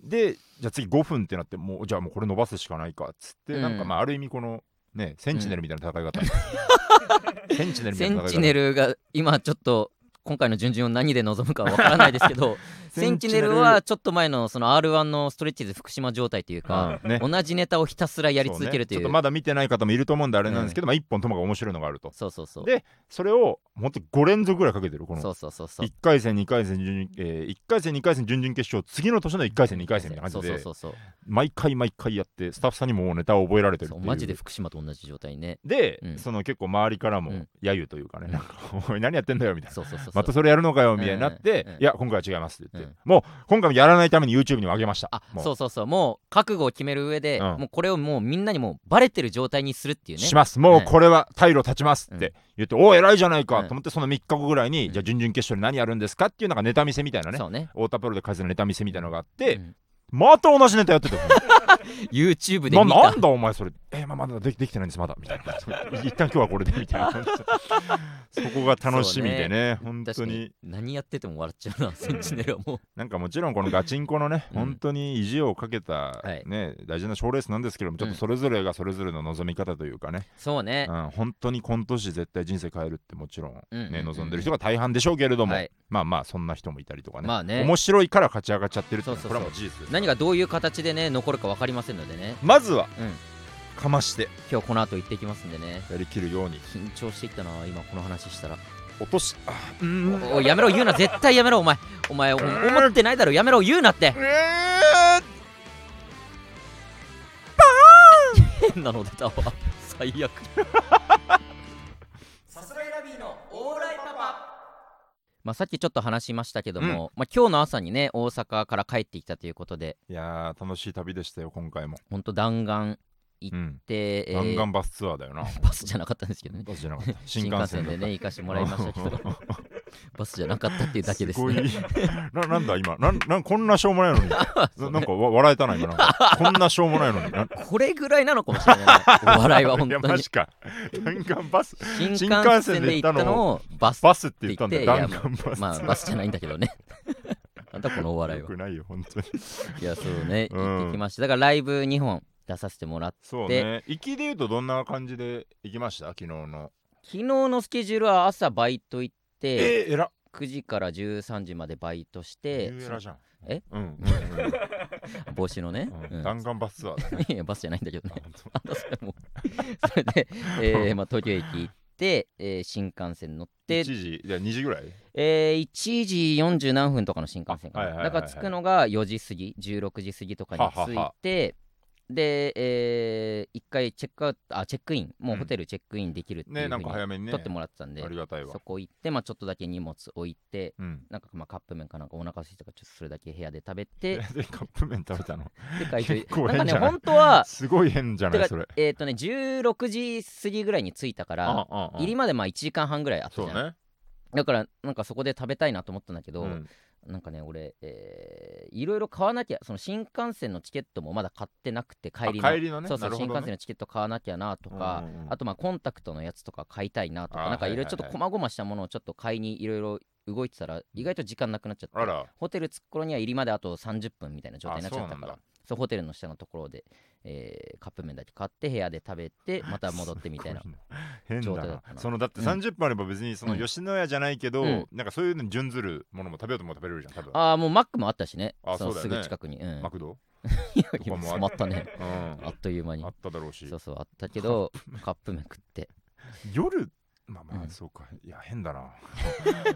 Speaker 2: でじゃあ次5分ってなってもうじゃあもうこれ伸ばすしかないかっつって、
Speaker 1: うん
Speaker 2: なんかまあある意味このねセンチネルみたいな戦い 方、センチネルみた
Speaker 1: セ
Speaker 2: い
Speaker 1: ン
Speaker 2: な戦い方
Speaker 1: チネルが今ちょっと今回の準々を何で臨むかわからないですけど センチネルはちょっと前のその r 1のストレッチーズ福島状態というか、
Speaker 2: うんね
Speaker 1: 同じネタをひたすらやり続けるとい
Speaker 2: そねちょ
Speaker 1: う
Speaker 2: っとまだ見てない方もいると思うんであれなんですけど、まあ1本ともが面白いのがあると
Speaker 1: そうそうそう
Speaker 2: でそれを本当に5連続ぐらいかけてるこの
Speaker 1: そうそうそうそう
Speaker 2: 1回戦2回戦準々、え1回戦2回戦準々決勝次の年の1回戦2回戦みたいな感じで
Speaker 1: そうそうそう
Speaker 2: 毎回毎回やってスタッフさんにももうネタを覚えられて
Speaker 1: そうそ
Speaker 2: るって
Speaker 1: う
Speaker 2: いう
Speaker 1: マジで福島と同じ状態ね
Speaker 2: で、
Speaker 1: うん
Speaker 2: その結構周りからも
Speaker 1: うん
Speaker 2: 揶揄というかね、
Speaker 1: うん
Speaker 2: なんか「おい 何やってんだよ」みたいな。
Speaker 1: そうそうそうそう
Speaker 2: またそれやるのかよみたいになって、
Speaker 1: うんうん
Speaker 2: いや今回は違いますって言って、
Speaker 1: うん
Speaker 2: もう今回もやらないために YouTube にも上げました
Speaker 1: あ
Speaker 2: もう
Speaker 1: そうそうそうもう覚悟を決める上で、
Speaker 2: うん
Speaker 1: もうこれをもうみんなにもうバレてる状態にするっていうね
Speaker 2: しますもうこれは退路立ちますって言って、おお偉いじゃないか
Speaker 1: うん
Speaker 2: と思ってその3日後ぐらいに、
Speaker 1: うん
Speaker 2: じゃあ準々決勝に何やるんですかっていうなんかネタ見せみたいなね
Speaker 1: そうね
Speaker 2: 太田プロで開催のネタ見せみたいなのがあって、
Speaker 1: うん
Speaker 2: また同じネタやってたよ
Speaker 1: YouTube で
Speaker 2: な
Speaker 1: 見た
Speaker 2: なんだお前それえまあまだできできてないんですまだみたい な一旦今日はこれでみたいなそこが楽しみでね本
Speaker 1: 確か
Speaker 2: 当に
Speaker 1: 何やってても笑っちゃうなセンチネルはも
Speaker 2: なんかもちろんこのガチンコのね、
Speaker 1: うん
Speaker 2: 本当に意地をかけた、
Speaker 1: はい
Speaker 2: ね大事な賞レースなんですけどもちょっとそれぞれがそれぞれの望み方というかね
Speaker 1: う、そうね
Speaker 2: うん、本当に今年絶対人生変えるってもちろん、ね
Speaker 1: うんうんうん
Speaker 2: 望んでる人が大半でしょうけれども、
Speaker 1: はい
Speaker 2: まあまあそんな人もいたりとかね,、
Speaker 1: まあね
Speaker 2: 面白いから勝ち上がっちゃってるっていうのは
Speaker 1: そ
Speaker 2: こ
Speaker 1: うそう
Speaker 2: れは
Speaker 1: そう
Speaker 2: もう事実です
Speaker 1: 何がどういう形でね残るか分かりませんのでね
Speaker 2: まずは
Speaker 1: うん
Speaker 2: かまして
Speaker 1: 今日この後行ってきますんでね
Speaker 2: やりきるように
Speaker 1: 緊張してきたな今この話したら
Speaker 2: 落としあうん
Speaker 1: おいやめろ言うな絶対やめろお前お前お思ってないだろやめろ言うなって
Speaker 2: えー
Speaker 1: 変なの出たわ最悪 さすがラビーのオーライパパまあ、さっきちょっと話しましたけども、まあ、今日の朝にね大阪から帰ってきたということで
Speaker 2: いやー楽しい旅でしたよ今回も、
Speaker 1: ほんと弾丸
Speaker 2: うん、
Speaker 1: で、えー
Speaker 2: 弾丸バスツアーだよな
Speaker 1: バスじゃなかったんですけどね
Speaker 2: バスじゃなかった
Speaker 1: 新
Speaker 2: 新
Speaker 1: 幹
Speaker 2: 幹
Speaker 1: 線
Speaker 2: 線
Speaker 1: で
Speaker 2: で
Speaker 1: ね行かしてもらいましたけど バスじゃなかったっていうだけです
Speaker 2: ごい
Speaker 1: ね
Speaker 2: ななんだ今なんなんこんなしょう もないのにななんかわ笑えたな今なんかこんなしょうもないのにな
Speaker 1: これぐらいなのかもしれないねお笑いは本
Speaker 2: いや
Speaker 1: 当
Speaker 2: マ
Speaker 1: に
Speaker 2: ジか弾丸バス
Speaker 1: 新
Speaker 2: 新
Speaker 1: 幹
Speaker 2: 幹
Speaker 1: 線
Speaker 2: 線
Speaker 1: で
Speaker 2: で
Speaker 1: 行
Speaker 2: 行
Speaker 1: っ
Speaker 2: ったた
Speaker 1: の
Speaker 2: の
Speaker 1: をバス
Speaker 2: バスって
Speaker 1: って
Speaker 2: 言
Speaker 1: 言
Speaker 2: っ
Speaker 1: ったて
Speaker 2: んだ
Speaker 1: い
Speaker 2: よ
Speaker 1: や
Speaker 2: 弾丸バス、
Speaker 1: まあバスじゃないんだけどね なんだこのお笑い
Speaker 2: よ
Speaker 1: は
Speaker 2: くないよ本当に
Speaker 1: いやそうね
Speaker 2: うん
Speaker 1: 行ってきましただからライブ2本出させてもらって
Speaker 2: そうね行きで言うとどんな感じで行きました昨日の
Speaker 1: 昨日のスケジュールは朝バイト行って
Speaker 2: えー、えら
Speaker 1: 9時から13時までバイトして
Speaker 2: ゆうえらじゃん
Speaker 1: え
Speaker 2: うんうんうん
Speaker 1: 帽子のね
Speaker 2: う
Speaker 1: うんん
Speaker 2: 弾丸バスツアーだね
Speaker 1: いやバスじゃないんだけど
Speaker 2: あ
Speaker 1: ね
Speaker 2: 本当
Speaker 1: あそれも それで、えーまあ、東京駅行って、えー新幹線乗って
Speaker 2: 1、時じゃあ2時ぐらい
Speaker 1: えー1時40何分とかの新幹線かな、
Speaker 2: あはいはいはいは
Speaker 1: だ
Speaker 2: い
Speaker 1: から着くのが4時過ぎ16時過ぎとかに着いて
Speaker 2: ははは
Speaker 1: で、え1回チェックアウトあチェックインもううんホテルチェックインできるっていう
Speaker 2: ね
Speaker 1: ふ
Speaker 2: な
Speaker 1: うんに
Speaker 2: か早めにね
Speaker 1: 取ってもらってたんで、
Speaker 2: ありがたいわ
Speaker 1: そこ行って、まあ、ちょっとだけ荷物置いて
Speaker 2: うん
Speaker 1: なんかまあカップ麺かなんかお腹空いたからちょっとそれだけ部屋で食べ
Speaker 2: え
Speaker 1: て
Speaker 2: でカップ麺食べたの
Speaker 1: で会場行っ
Speaker 2: 結構
Speaker 1: なんかね
Speaker 2: 変じゃない
Speaker 1: 本当は
Speaker 2: すごい変じゃな
Speaker 1: て
Speaker 2: い
Speaker 1: か
Speaker 2: それ
Speaker 1: えっ、とね16時過ぎぐらいに着いたから
Speaker 2: あ
Speaker 1: 入りまでまあ1時間半ぐらいあった
Speaker 2: そう
Speaker 1: じゃん、
Speaker 2: ね
Speaker 1: だからなんかそこで食べたいなと思ったんだけど、
Speaker 2: うん
Speaker 1: なんかね俺、えーいろいろ買わなきゃその新幹線のチケットもまだ買ってなくて帰りの
Speaker 2: あ帰りのね
Speaker 1: そうそう、
Speaker 2: なるほ
Speaker 1: 新
Speaker 2: どね
Speaker 1: 幹線のチケット買わなきゃなとか、
Speaker 2: うんうんうん
Speaker 1: あとまあコンタクトのやつとか買いたいなとか
Speaker 2: あ
Speaker 1: なんかいろいろちょっと
Speaker 2: はいはい
Speaker 1: 細々したものをちょっと買いにいろいろ動いてたら意外と時間なくなっちゃって
Speaker 2: あら
Speaker 1: ホテル着く頃には入りまであと30分みたいな状態になっちゃったか
Speaker 2: あそうな
Speaker 1: ら
Speaker 2: んだ
Speaker 1: そうホテルの下のところで、えーカップ麺だけ買って部屋で食べてまた戻ってみたいな
Speaker 2: すご変だ
Speaker 1: 状態だっ
Speaker 2: な
Speaker 1: たな
Speaker 2: そのだって
Speaker 1: うん
Speaker 2: 30分あれば別にその
Speaker 1: うん
Speaker 2: 吉野家じゃないけど、
Speaker 1: うん
Speaker 2: なんかそういうのに準ずるものも食べようとも食べれるじゃん多分
Speaker 1: ああもうマックもあったしね
Speaker 2: あ
Speaker 1: その
Speaker 2: そう
Speaker 1: す
Speaker 2: だよ
Speaker 1: ぐ
Speaker 2: ね
Speaker 1: 近くに、うん、
Speaker 2: マクド、
Speaker 1: いや
Speaker 2: とか
Speaker 1: 今
Speaker 2: もあ
Speaker 1: 染まったね
Speaker 2: うん、
Speaker 1: あ
Speaker 2: あ
Speaker 1: っという間に
Speaker 2: っただろうし
Speaker 1: そうそうあったけどカップ麺食って
Speaker 2: 夜まあま
Speaker 1: うん
Speaker 2: あそうか、いや変だな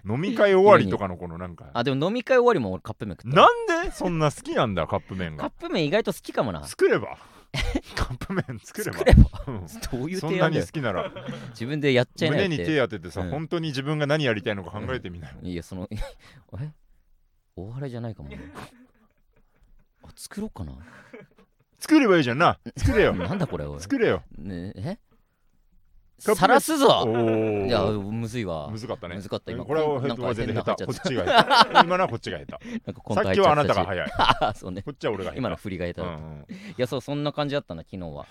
Speaker 2: 飲み会終わりとかのこのなんか
Speaker 1: あでも飲み会終わりも俺カップ麺食ったわ
Speaker 2: なんでそんな好きなんだカップ麺
Speaker 1: カッ
Speaker 2: が
Speaker 1: プ麺意外と好きかもな
Speaker 2: 作れば カップ麺作れば
Speaker 1: 作れば
Speaker 2: うん
Speaker 1: どういう
Speaker 2: そん
Speaker 1: 提
Speaker 2: な
Speaker 1: 案だ
Speaker 2: に
Speaker 1: よ
Speaker 2: 好きなら
Speaker 1: 自分でやっちゃいなよ
Speaker 2: 胸
Speaker 1: っ
Speaker 2: に
Speaker 1: て
Speaker 2: 手当ててさ、
Speaker 1: うん
Speaker 2: 本当に自分が何やりたいのか考えてみなよ、
Speaker 1: いやその え大原じゃないかもねあ作ろうかな
Speaker 2: 作ればいいじゃんな作れよ
Speaker 1: なんだこれおい
Speaker 2: 作れよ
Speaker 1: ねえ
Speaker 2: カップ麺
Speaker 1: さらすぞ
Speaker 2: お
Speaker 1: いや
Speaker 2: ー
Speaker 1: むずいわ
Speaker 2: むずかったね
Speaker 1: むずかった今
Speaker 2: これは
Speaker 1: なんか
Speaker 2: 全然
Speaker 1: 変な
Speaker 2: 下手
Speaker 1: 入
Speaker 2: こ
Speaker 1: っ
Speaker 2: っちが下 手今のはこっちが下手
Speaker 1: なんかコン
Speaker 2: さ
Speaker 1: タ
Speaker 2: っ
Speaker 1: 入
Speaker 2: き
Speaker 1: ちゃ
Speaker 2: は
Speaker 1: た
Speaker 2: あなた
Speaker 1: し
Speaker 2: が早い
Speaker 1: あそうね
Speaker 2: こっちは俺が下手
Speaker 1: 今の振りが下手
Speaker 2: う
Speaker 1: だった、い
Speaker 2: んうん
Speaker 1: やそうそんな感じだったな昨日は
Speaker 2: は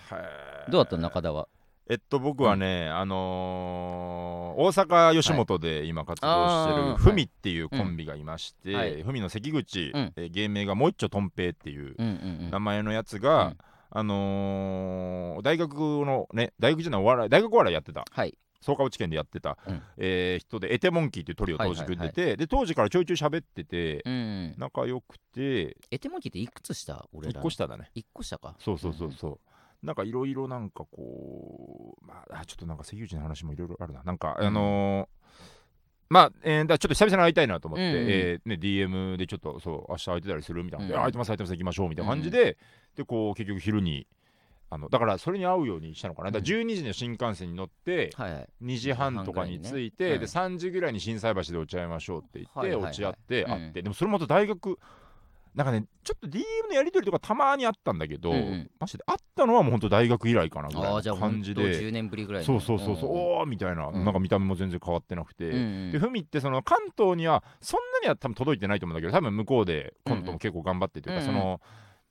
Speaker 2: い
Speaker 1: どうだったの中田は
Speaker 2: えっと僕はね、あのー大阪吉本で今活動して
Speaker 1: あー
Speaker 2: るふみっていうコンビがいまして
Speaker 1: うんはい
Speaker 2: ふみの関口、
Speaker 1: うん
Speaker 2: えー芸名がもう一丁とんぺいっていう
Speaker 1: うんうんう
Speaker 2: 名
Speaker 1: ん
Speaker 2: 前のやつ
Speaker 1: う
Speaker 2: が、
Speaker 1: ん
Speaker 2: あのー大学のね大学じゃないお笑い大学お笑いやってた
Speaker 1: はい
Speaker 2: 創価落ち県でやってた、
Speaker 1: うん
Speaker 2: えー人でエテモンキーっていうトリを当時組んでて、で当時からちょいちょい喋ってて、
Speaker 1: うん
Speaker 2: 仲良くて
Speaker 1: えてもきっていくつした俺
Speaker 2: 一
Speaker 1: ら
Speaker 2: 個下だね
Speaker 1: 1個下か
Speaker 2: そうそうそうそう。なんかいろいろなんかこう、まあ、あちょっとなんか関口の話もいろいろあるな。なんか、
Speaker 1: うん
Speaker 2: あのーまあ、えーだからちょっと久々に会いたいなと思って、
Speaker 1: うんうん
Speaker 2: えーね、DM でちょっと、そう、明日空いてたりするみたいな、
Speaker 1: うん
Speaker 2: いや空いてます、空いてます、行きましょうみたいな感じで、で、こう、結局昼に、あのだからそれに合うようにしたのかな。だから12時の新幹線に乗って、
Speaker 1: はいはい
Speaker 2: 2時半とかに着いて、
Speaker 1: うん
Speaker 2: で3時ぐらいに心斎橋でお茶会いましょうって言って、
Speaker 1: はいはいはい
Speaker 2: お茶会って
Speaker 1: うん
Speaker 2: 会って、でもそれもまた大学なんかねちょっと DM のやり取りとかたまにあったんだけど、
Speaker 1: うんうん
Speaker 2: マジで会ったのはもう本当大学以来かなぐ
Speaker 1: あ
Speaker 2: ら
Speaker 1: あ
Speaker 2: い
Speaker 1: じゃあ
Speaker 2: の
Speaker 1: 本
Speaker 2: 感じ
Speaker 1: 当
Speaker 2: で
Speaker 1: 10年ぶりぐらい
Speaker 2: そうそうそうそう、おーみたいな、
Speaker 1: うん
Speaker 2: なんか見た目も全然変わってなくて。
Speaker 1: うんうん
Speaker 2: でふみってその関東にはそんなには多分届いてないと思うんだけど多分向こうでコントも結構頑張ってというか、
Speaker 1: うんう
Speaker 2: そ
Speaker 1: ん
Speaker 2: の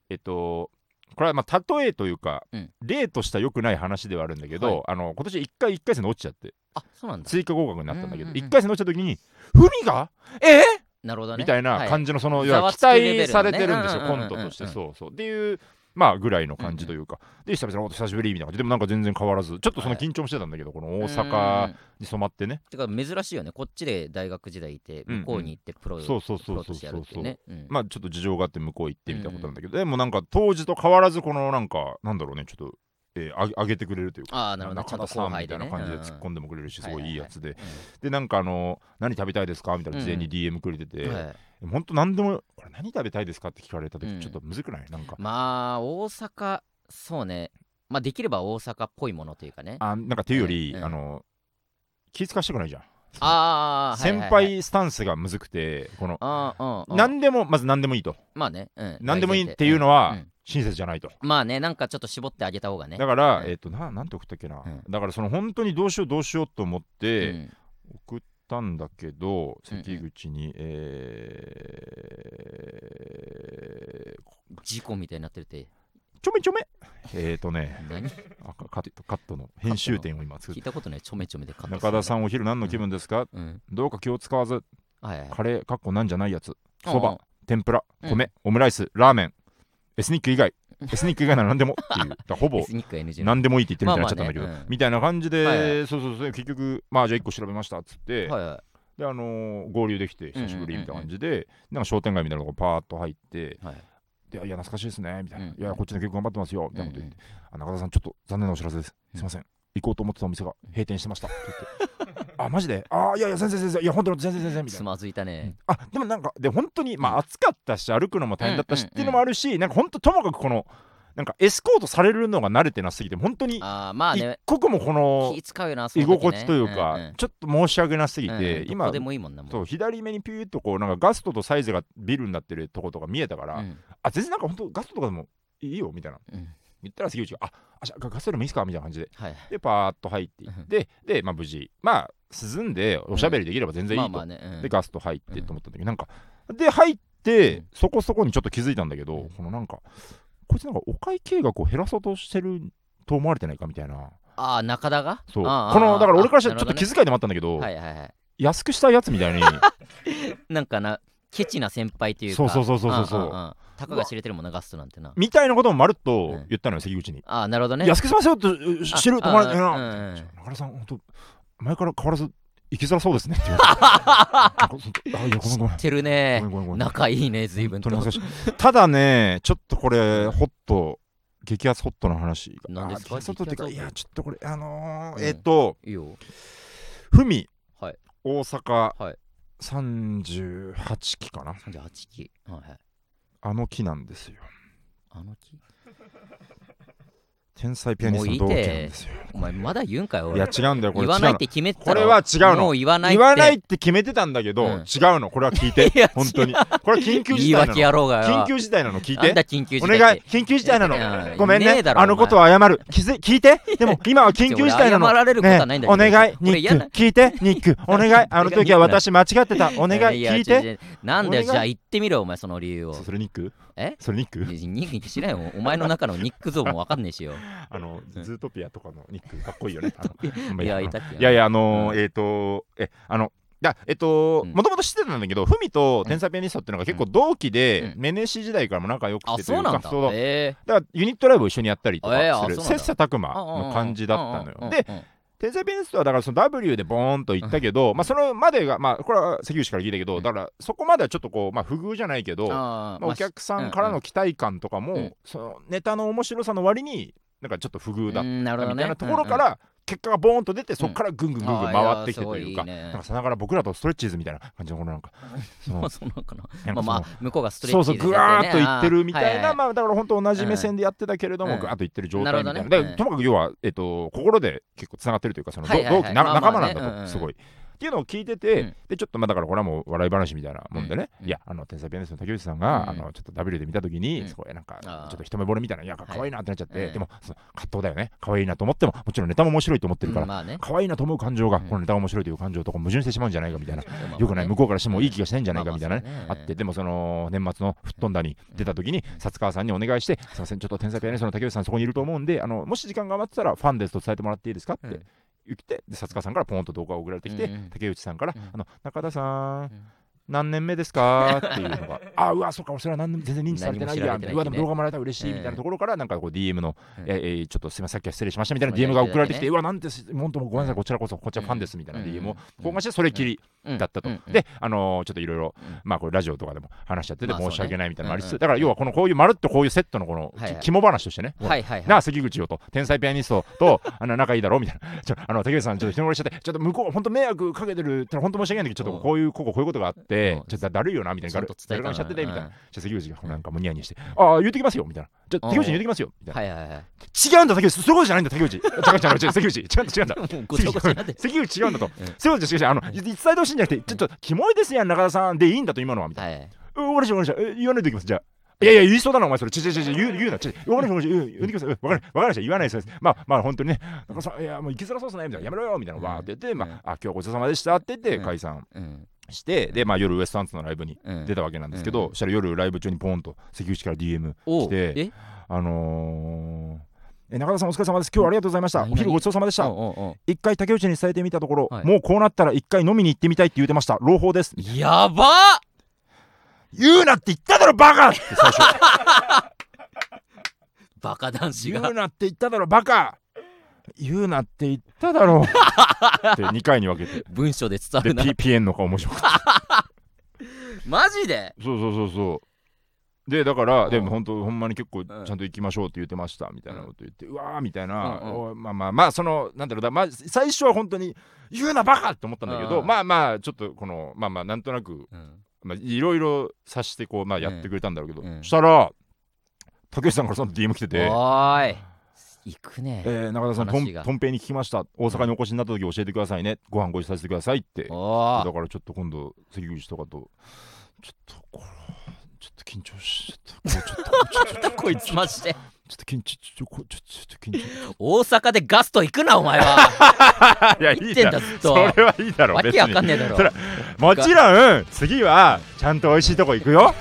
Speaker 2: えっとこれはまあ例えというか、
Speaker 1: うん
Speaker 2: 例とした良くない話ではあるんだけど、
Speaker 1: はい
Speaker 2: あの今年1回1回戦で落ちちゃって
Speaker 1: あそうなんだ
Speaker 2: 追加合格になったんだけど、
Speaker 1: うんうんうん
Speaker 2: 1回戦落ちた時に「ふみがえー
Speaker 1: なるほどね
Speaker 2: みたいな感
Speaker 1: じ
Speaker 2: じのその、
Speaker 1: はい
Speaker 2: いや
Speaker 1: ざわつ
Speaker 2: 期
Speaker 1: くレベルのね
Speaker 2: 待されてるんですよ、
Speaker 1: うんうん
Speaker 2: コ
Speaker 1: うんうん
Speaker 2: ントとしてそうそうっていうまあぐらいの感じというか、で久々のこと久しぶりみたいな感じででもなんか全然変わらずちょっとその緊張もしてたんだけど、この大阪に染まってね、
Speaker 1: てか珍しいよねこっちで大学時代いて
Speaker 2: うんうん
Speaker 1: 向こうに行ってプロ,、
Speaker 2: そうそう
Speaker 1: プ
Speaker 2: そう
Speaker 1: ロ
Speaker 2: そ
Speaker 1: と
Speaker 2: う
Speaker 1: して
Speaker 2: そ
Speaker 1: やるっ
Speaker 2: う
Speaker 1: ていうね、うん
Speaker 2: まあちょっと事情があって向こう行ってみたいなことなんだけど、でもなんか当時と変わらずこのなんかなんだろうねちょっと、えーあげ上げてくれるというか。
Speaker 1: ああなるほどちゃ
Speaker 2: 中
Speaker 1: んと
Speaker 2: 田さ
Speaker 1: 後
Speaker 2: んみ
Speaker 1: 輩
Speaker 2: た
Speaker 1: で
Speaker 2: い
Speaker 1: ね
Speaker 2: な感じで突っ込
Speaker 1: で、
Speaker 2: んでもくれるし、
Speaker 1: うん
Speaker 2: す
Speaker 1: うん
Speaker 2: ごいいいやつで、
Speaker 1: うん
Speaker 2: でなんかあの何食べたいですかみたいな事前
Speaker 1: う
Speaker 2: に
Speaker 1: ん
Speaker 2: DM くれてて、
Speaker 1: はい
Speaker 2: ほんと何でもこれ何食べたいですかって聞かれた
Speaker 1: う
Speaker 2: 時
Speaker 1: ん
Speaker 2: ちょっとむずくない、なんか
Speaker 1: まあ大阪そうねまあできれば大阪っぽいものというかね
Speaker 2: あなんかっていうより、
Speaker 1: うんうん
Speaker 2: あの気遣わしたくないじゃん
Speaker 1: ああ
Speaker 2: 先輩スタンスがむずくてこの
Speaker 1: ああうんうん
Speaker 2: 何でもまず何でもいいと
Speaker 1: まあね、うん、
Speaker 2: 何でもいいっていうのは
Speaker 1: うんうん
Speaker 2: 親切じゃないと
Speaker 1: まあねなんかちょっと絞ってあげた方がね
Speaker 2: だから、
Speaker 1: うん
Speaker 2: えっ、とななんて送ったっけな、
Speaker 1: うん
Speaker 2: だからその本当にどうしようどうしようと思っ
Speaker 1: う
Speaker 2: て
Speaker 1: ん
Speaker 2: 送ったんだけど、
Speaker 1: うんうん
Speaker 2: 関口に、えー
Speaker 1: 事故みたいになってるって
Speaker 2: ちょめちょめえっ、ー、とね
Speaker 1: 何
Speaker 2: あカットカットの編集点を今作っ
Speaker 1: 聞
Speaker 2: て
Speaker 1: いたことないちょめちょめで買った
Speaker 2: 中田さんお昼何の気分ですか、
Speaker 1: うん
Speaker 2: どうか気を使わず
Speaker 1: はいはい
Speaker 2: カレーかっこなんじゃないやつ
Speaker 1: うん
Speaker 2: そば天ぷら
Speaker 1: うん
Speaker 2: 米、オムライスラーメンエスニック以 外エスニック以外なら何でもっていうだからほぼ
Speaker 1: エスニック NG
Speaker 2: 何でもいいって言ってるみたいになっちゃったんだけど、
Speaker 1: まあまあねうん
Speaker 2: みたいな感じで、
Speaker 1: はい
Speaker 2: そうそうそう結局まあじゃあ1個調べましたっつって、
Speaker 1: はいは
Speaker 2: であのー合流できて久しぶりみたいな感じで、なんか商店街みたいなとこパーッと入って
Speaker 1: いはい
Speaker 2: でいや懐かしいですねみたいな、
Speaker 1: うん
Speaker 2: いやこっちの曲頑張ってますよみたいなこと言って、
Speaker 1: う
Speaker 2: あ中田さんちょっと残念なお知らせですすいません行こうと思ってたお店が閉店し てましたって言ってあマジであいやいや先生先生いや本当の先生先生
Speaker 1: ん
Speaker 2: みたいな
Speaker 1: つまずいたね
Speaker 2: あでもなんかで本当にま
Speaker 1: うん
Speaker 2: あ暑かったし歩くのも大変だった
Speaker 1: うん
Speaker 2: し
Speaker 1: うん
Speaker 2: っていうのもあるしなんか本当ともかくこのなんかエスコートされるのが慣れてなすぎて本当に
Speaker 1: ああまあね
Speaker 2: 一刻もこの
Speaker 1: 気使うよなそ
Speaker 2: 居
Speaker 1: の時ね
Speaker 2: 心地というか
Speaker 1: んん
Speaker 2: ちょっと申し訳なすぎ
Speaker 1: うんう
Speaker 2: て
Speaker 1: んど
Speaker 2: 今
Speaker 1: こでもいいもんなもん
Speaker 2: そう左目にピューッとこうなんかガストとサイズがビルになってるとことか見えたか
Speaker 1: う
Speaker 2: ら
Speaker 1: ん
Speaker 2: あ全然なんか本当ガストとかでもいいよみたいな
Speaker 1: うん
Speaker 2: 言ったら杉内がああじゃあガストでもいいですかみたいな感じで
Speaker 1: はい
Speaker 2: でパーッと入っていってでまあ無事まあ涼んでおしゃべりできれば全然い
Speaker 1: まあ
Speaker 2: いと
Speaker 1: まあねうん
Speaker 2: でガスト入ってと思ったんだけど、なんかで入って、
Speaker 1: うん
Speaker 2: そこそこにちょっと気づいたんだけど、
Speaker 1: うん
Speaker 2: このなんかこいつなんかお会計額を減らそうとしてると思われてないかみたいな
Speaker 1: ああ中田が
Speaker 2: そうこ
Speaker 1: ああ
Speaker 2: のだから俺からした
Speaker 1: あ
Speaker 2: ら
Speaker 1: な
Speaker 2: ちょ
Speaker 1: るほど
Speaker 2: っと気
Speaker 1: ね
Speaker 2: 遣いでもあったんだけど、
Speaker 1: はいはいはい
Speaker 2: 安くしたいやつみたいに
Speaker 1: なんかなケチな先輩というか
Speaker 2: そうそうそうそうそうそうん
Speaker 1: んんたかが知れてるもんなガストなんてな
Speaker 2: みたいなこともまる
Speaker 1: う
Speaker 2: っと
Speaker 1: ん
Speaker 2: 言ったのよ関口に、
Speaker 1: ああなるほどね
Speaker 2: 安くしますよってうしてると思われてない
Speaker 1: ああ
Speaker 2: な、
Speaker 1: うんうん
Speaker 2: 中田さん本当前から変わらず生きづらそうですねって 言われてなんかそのあいやごめんごめん
Speaker 1: 知ってる
Speaker 2: ごめ
Speaker 1: ね
Speaker 2: んごめんごめん
Speaker 1: 仲いいね随分と
Speaker 2: 本当に恥ずかしいただね、ちょっとこれ、ホット、激アツホットの話が。
Speaker 1: なんですか
Speaker 2: あ激アツホットってか、
Speaker 1: 激アツホッ
Speaker 2: い
Speaker 1: ト
Speaker 2: や、ちょっとこれ、あのー
Speaker 1: うん
Speaker 2: えっと、
Speaker 1: いいよ
Speaker 2: ふみ、
Speaker 1: はい
Speaker 2: 大阪、
Speaker 1: はい
Speaker 2: 38期かな。
Speaker 1: 38期はいはい
Speaker 2: あの期なんですよ。
Speaker 1: あの木
Speaker 2: 天才ピアニストの同期なんですよ
Speaker 1: お前まだ言うんかよ
Speaker 2: いや違うんだよこ
Speaker 1: 言
Speaker 2: れ違う
Speaker 1: わない
Speaker 2: の
Speaker 1: って決めてた
Speaker 2: こ
Speaker 1: ろ
Speaker 2: れは違う
Speaker 1: もう
Speaker 2: の
Speaker 1: 言わない
Speaker 2: 言わない
Speaker 1: っ
Speaker 2: ってて決めてたんだけど、
Speaker 1: うん
Speaker 2: 違うのこれは聞いて
Speaker 1: いや
Speaker 2: 本当にこれは緊急
Speaker 1: 言
Speaker 2: 事
Speaker 1: い
Speaker 2: 態な
Speaker 1: 訳
Speaker 2: の
Speaker 1: やろうがよ
Speaker 2: 緊急事態なの聞い
Speaker 1: あんだ
Speaker 2: て
Speaker 1: 緊急事
Speaker 2: お
Speaker 1: 態っ
Speaker 2: 願
Speaker 1: て
Speaker 2: い緊急事態なの
Speaker 1: うん
Speaker 2: ごめん
Speaker 1: ね
Speaker 2: ね
Speaker 1: えだろ
Speaker 2: あのことは謝る気づ聞いて でも今は緊急事態なの
Speaker 1: 俺謝られること
Speaker 2: ね
Speaker 1: はないんだ
Speaker 2: お
Speaker 1: けど
Speaker 2: 願いニ
Speaker 1: 俺
Speaker 2: ッ
Speaker 1: 嫌な
Speaker 2: ク聞いてニックお 願いあの時は私間違ってたお願い
Speaker 1: や
Speaker 2: 聞い
Speaker 1: や
Speaker 2: て
Speaker 1: 違う違うなんだよ
Speaker 2: お願い
Speaker 1: じゃあ言ってみろよお前その理由を
Speaker 2: そうそれニック
Speaker 1: え
Speaker 2: それニック
Speaker 1: いやニックしないよお前の中のニック像もわかんねえしよ
Speaker 2: あのズートピアとかのニックかっこいいよねあのま あ
Speaker 1: いや
Speaker 2: い
Speaker 1: い
Speaker 2: い
Speaker 1: たっけ
Speaker 2: いやいやあのー
Speaker 1: う
Speaker 2: えっ、とえあのいやえっと
Speaker 1: うん
Speaker 2: もともと知ってたんだけどふみと
Speaker 1: うん
Speaker 2: 天才ピアニストっていうのが結構同期で、
Speaker 1: うん
Speaker 2: メネシ時代からも仲良く
Speaker 1: あ
Speaker 2: てとい
Speaker 1: そうう
Speaker 2: か
Speaker 1: なんだ
Speaker 2: そう
Speaker 1: え
Speaker 2: だからユニットライブを一緒にやったりとか
Speaker 1: えーあ
Speaker 2: する、
Speaker 1: そうなんだ
Speaker 2: 切磋琢磨
Speaker 1: え
Speaker 2: の感じだったのよ。で
Speaker 1: で
Speaker 2: 天才ピアニストはだからその W でボーンと行ったけど、まあそのまでがまあこれは関口から聞いたけど、だからそこまではちょっとこうまあ不遇じゃないけど、
Speaker 1: ま
Speaker 2: まあ、お客さんからの期待感とかも、
Speaker 1: うんうん
Speaker 2: そのネタの面白さの割になんかちょっと不遇だっ
Speaker 1: なる
Speaker 2: た
Speaker 1: ほど
Speaker 2: み
Speaker 1: ね
Speaker 2: たいなところか
Speaker 1: うん
Speaker 2: ら、結果がボーンと出てそこからぐんぐんぐんぐん回ってきてというか、
Speaker 1: あーいやーすごいいいね
Speaker 2: なんかさながら僕らとストレッチーズみたいな感じのこのなんか
Speaker 1: うん
Speaker 2: そ
Speaker 1: ま
Speaker 2: の
Speaker 1: あそうなのかな
Speaker 2: なん
Speaker 1: まあ
Speaker 2: かそ
Speaker 1: ま
Speaker 2: の
Speaker 1: あ向こうがストレッチ
Speaker 2: そうそうぐわーっとい
Speaker 1: 言
Speaker 2: ってるみたいな、まあだから本当同じ
Speaker 1: うん
Speaker 2: 目線でやってたけれど
Speaker 1: う
Speaker 2: も、
Speaker 1: ん
Speaker 2: ぐわーっといってる状態みたいな
Speaker 1: なるほどね
Speaker 2: で
Speaker 1: うん
Speaker 2: ともかく要は、えっと心で結構つながってるというかその、ど
Speaker 1: はいはいはい
Speaker 2: 同期な
Speaker 1: まあまあ
Speaker 2: 仲間
Speaker 1: ね
Speaker 2: なんだと、
Speaker 1: うんうん
Speaker 2: すごい。っていうのを聞いてて、
Speaker 1: うん
Speaker 2: でちょっとまあだからこれはもう笑い話みたいなもんでね、
Speaker 1: うん
Speaker 2: いやあの天才ピアニストの竹内さんが、
Speaker 1: うん
Speaker 2: あのちょっと W で見た時に、
Speaker 1: うん
Speaker 2: すごいなんかち
Speaker 1: あー
Speaker 2: ょっと一目惚れみたいないや可愛いなってなっちゃって、
Speaker 1: はいうん
Speaker 2: でもその葛藤だよね可愛いなと思ってももちろんネタも面白いと思ってるから、
Speaker 1: まあ ね
Speaker 2: 可愛いなと思う感情が
Speaker 1: うん
Speaker 2: このネタが面白いという感情とか矛盾してしまうんじゃないかみたいな、
Speaker 1: まあ
Speaker 2: よくない
Speaker 1: ま
Speaker 2: 向こうからしてもいい気がしないんじゃないかみたいなね、
Speaker 1: まあまあ
Speaker 2: あってでもその年末の吹っ飛んだに出た時に薩川さんにお願いして「すいませんちょっと天才ピアニストの竹内さんそこにいると思うんであのもし時間が余ってたらファンですと伝えてもらっていいですか?」って
Speaker 1: うん
Speaker 2: 言ってで薩川さんからポンと動画が送られてきて
Speaker 1: うんうん
Speaker 2: 竹内さんから
Speaker 1: うん
Speaker 2: 「あの中田さん
Speaker 1: ん
Speaker 2: 何年目ですか?」ってい うのが「あうわそっかそれは何年全然認知されてないや
Speaker 1: 何も知られ
Speaker 2: ん」
Speaker 1: てない
Speaker 2: 「うわでも
Speaker 1: ね
Speaker 2: 動画もらえたら嬉しい」みたいなところからなんかこう DM の
Speaker 1: うん
Speaker 2: 「ええちょっとすいませんさっきは失礼しました」みたいな
Speaker 1: そう
Speaker 2: DM が送られてきて「
Speaker 1: ね
Speaker 2: うわなんてす本当もうごめんなさいこちらこそこっちはファンです」みたいな DM を交換してそれっきり
Speaker 1: うん
Speaker 2: だったと
Speaker 1: うん。うん
Speaker 2: で、あのーちょっといろいろ
Speaker 1: うん、
Speaker 2: まあ、これラジオとかでも話しちゃってて
Speaker 1: まあそうね
Speaker 2: 申し訳ないみたいなのもありつ
Speaker 1: うんう
Speaker 2: つ、
Speaker 1: ん
Speaker 2: だから要はこのこういうまるっとこういうセットのこの
Speaker 1: はいはい
Speaker 2: き肝話としてね。
Speaker 1: はいはい
Speaker 2: な
Speaker 1: は
Speaker 2: あ関口よと天才ピアニスト とあの仲いいだろみたいなちょあの竹内さんちょっと一目惚れしちゃってちょっと向こう本当迷惑かけてるってのは本当申し訳ないんだけどちょっとこういうこここういうことがあって
Speaker 1: うん
Speaker 2: ちょっとだるいよなみた
Speaker 1: い
Speaker 2: いな
Speaker 1: ちゃ
Speaker 2: だ
Speaker 1: ん
Speaker 2: る
Speaker 1: と伝
Speaker 2: だ
Speaker 1: え
Speaker 2: る
Speaker 1: た
Speaker 2: が
Speaker 1: の
Speaker 2: しちゃってねみたいな
Speaker 1: うん
Speaker 2: じゃあ関口がこうなんかもニヤニヤしてああ言ってきますよみたいなじゃあ
Speaker 1: うん
Speaker 2: 竹内に言ってきますよみたいな
Speaker 1: はいはいはい
Speaker 2: 違うんだ竹内そういうことじゃないんだ竹内違う違う違う関口違うんだ違うんだ
Speaker 1: もうごちゃごちゃに なってる
Speaker 2: 関口違うんだと。そういうことじゃ違う違うあの伝えてほしいんじゃなくて、ちょっとキモいですやん、中田さんでいいんだと、今のはみた
Speaker 1: は
Speaker 2: い
Speaker 1: いはい
Speaker 2: な。うんわかりました、わかりました。え言わないでいきます、じゃあ。いやいや、言いそうだな、お前、それ。ちょちょちょちょ、言う言うな。ちょわかりました、わかりました。うん言ってきます。うんわかりわかりました。言わないですそうです。まあまあ、本当にね、中田さん、いや、もう行きづらそうですね、みたいな。やめろよ、みたいな。
Speaker 1: うん
Speaker 2: わーって言って、まあ、あ今日ごちそうさまでしたって言っ
Speaker 1: う
Speaker 2: て、
Speaker 1: ん
Speaker 2: 解散
Speaker 1: うん
Speaker 2: して、で、まあ、夜、ウエストハンツのライブに
Speaker 1: うん
Speaker 2: 出たわけなんですけ
Speaker 1: う
Speaker 2: ど
Speaker 1: ん、
Speaker 2: そしたら夜、ライブ中にポンと、関口から DM
Speaker 1: お
Speaker 2: 来
Speaker 1: う
Speaker 2: て、
Speaker 1: え
Speaker 2: あのーえ中田さんお疲れ様です。今日はありがとうございました。お昼ごちそうさまでした
Speaker 1: お。うおうおう
Speaker 2: 一回竹内に伝えてみたところ、
Speaker 1: はい
Speaker 2: もうこうなったら一回飲みに行ってみたいって言ってました朗報です
Speaker 1: やばっ
Speaker 2: 言うなって言っただろバカって最初
Speaker 1: バカ男子
Speaker 2: 言
Speaker 1: が
Speaker 2: うなって言っただろバカ言うなって言った だろって2回に分けて
Speaker 1: 文章で伝わ
Speaker 2: で
Speaker 1: るな
Speaker 2: P, ピエンの顔面白くて
Speaker 1: マジで
Speaker 2: そうそうそうそうでだから
Speaker 1: うん
Speaker 2: でも本当ほんまに結構ち
Speaker 1: ん
Speaker 2: ゃんと行きましょうって言ってましたみたいなこと言ってうわーみたいな、
Speaker 1: うんうん
Speaker 2: おいまあまあまあそのなんだろうだ、まあ、最初は本当に言うなバカって思ったんだけど、
Speaker 1: うん
Speaker 2: まあまあちょっとこのまあまあなんとなく
Speaker 1: うん
Speaker 2: まあ、いろいろ察してこう、まあ、やってくれたんだろうけど、
Speaker 1: うんうん
Speaker 2: したら竹内さんからその DM 来て
Speaker 1: お
Speaker 2: て
Speaker 1: ーい行く
Speaker 2: 「
Speaker 1: ね
Speaker 2: えー、中田さんとん
Speaker 1: 話が
Speaker 2: とん平に聞きました大阪にお越しになった時教えてくださいねご飯ご一緒させてください」ってだ
Speaker 1: おー
Speaker 2: からちょっと今度関口とかとちょっとこれちょっと緊張しちょっとこうちょっとちょっと
Speaker 1: こいつマジで
Speaker 2: ちょっと緊張ちょっとこうちょっと緊張
Speaker 1: 大阪でガスト行くなお前は
Speaker 2: いやい
Speaker 1: 言
Speaker 2: い
Speaker 1: ってん
Speaker 2: だ
Speaker 1: だ
Speaker 2: ろ
Speaker 1: ずっと
Speaker 2: それはいいだろ
Speaker 1: わ
Speaker 2: 別
Speaker 1: けわかん
Speaker 2: に
Speaker 1: ねえだろ
Speaker 2: それもちろん次はちゃんと美味しいとこ行くよ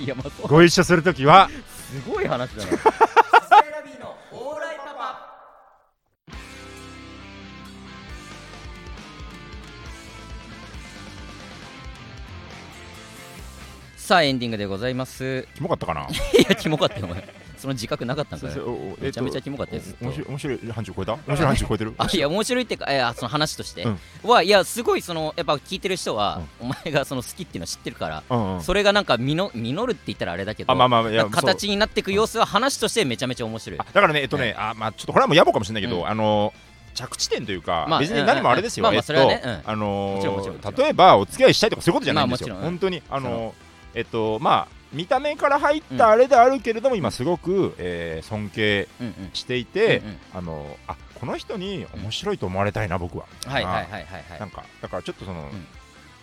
Speaker 1: いやまあそう
Speaker 2: ご一緒する時は
Speaker 1: すごい話だなさあエンディングでございます
Speaker 2: キモかったかない
Speaker 1: やキモかったよお前その自覚なかったんかよめ
Speaker 2: め
Speaker 1: ちゃめちゃキモかったです
Speaker 2: 面白い面白い範疇超えた面白い範疇超えてる
Speaker 1: あいや面白いっていうかいやその話として、
Speaker 2: うん
Speaker 1: はいやすごいそのやっぱ聞いてる人は、お前がその好きっていうのは知ってるから、
Speaker 2: うんうん
Speaker 1: それがなんか実実るって言ったらあれだけど
Speaker 2: あまあまあい
Speaker 1: な
Speaker 2: や
Speaker 1: んか形
Speaker 2: そう
Speaker 1: になっていく様子は話としてめちゃめちゃ面白い
Speaker 2: あだからねえっとねあまあちょっとこれはもう野暮かもしれないけ
Speaker 1: うん
Speaker 2: どあの着地点というか
Speaker 1: まあ
Speaker 2: 別に何もあれですよ
Speaker 1: うんうん
Speaker 2: え
Speaker 1: まあ
Speaker 2: っ
Speaker 1: まあ
Speaker 2: と
Speaker 1: それはねうん
Speaker 2: あ
Speaker 1: もちろんもちろんも
Speaker 2: の
Speaker 1: ちろん
Speaker 2: 例えばお付き合いしたいとかそういうことじゃないんです
Speaker 1: まあ
Speaker 2: よ
Speaker 1: もちろんうん
Speaker 2: 本当にあのえっとまあ見た目から入ったあれであるけれども、今すごく、えー尊敬
Speaker 1: うんうん
Speaker 2: していて、
Speaker 1: うんうん
Speaker 2: あのあこの人に面白いと思われたいな僕は、
Speaker 1: はいはいはいはいは
Speaker 2: なん
Speaker 1: い
Speaker 2: かだからちょっとその、
Speaker 1: ん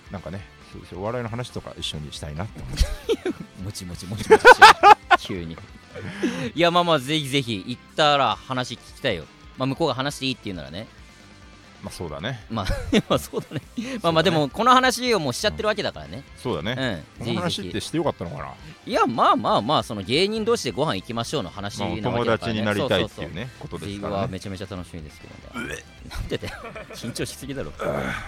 Speaker 2: なんかねそうそうお笑いの話とか一緒にしたいなって思って
Speaker 1: もちもちもちもちしちゃう急に いやまあまあぜひぜひ行ったら話聞きたいよまあ向こうが話していいって言うならね
Speaker 2: まあそうだね
Speaker 1: まあまあそうだねまあまあでもこの話をもうしちゃってるわけだからね
Speaker 2: そうだ
Speaker 1: うん
Speaker 2: ね、こ
Speaker 1: ぜ
Speaker 2: の
Speaker 1: ひぜ
Speaker 2: 話っ
Speaker 1: ひ
Speaker 2: てしてよかったのかな、
Speaker 1: いやまあまあまあその芸人同士でご飯行きましょうの話
Speaker 2: まあ、
Speaker 1: な
Speaker 2: お
Speaker 1: わ
Speaker 2: 友
Speaker 1: けだか
Speaker 2: 達
Speaker 1: らね
Speaker 2: になりたいって
Speaker 1: そ
Speaker 2: い
Speaker 1: そ
Speaker 2: う
Speaker 1: うう
Speaker 2: ねこと
Speaker 1: そう
Speaker 2: で
Speaker 1: リ
Speaker 2: す
Speaker 1: ー
Speaker 2: か
Speaker 1: グ
Speaker 2: ら
Speaker 1: は
Speaker 2: ね
Speaker 1: めちゃめちゃ楽しみですけどねなん でだよ緊張しすぎだろ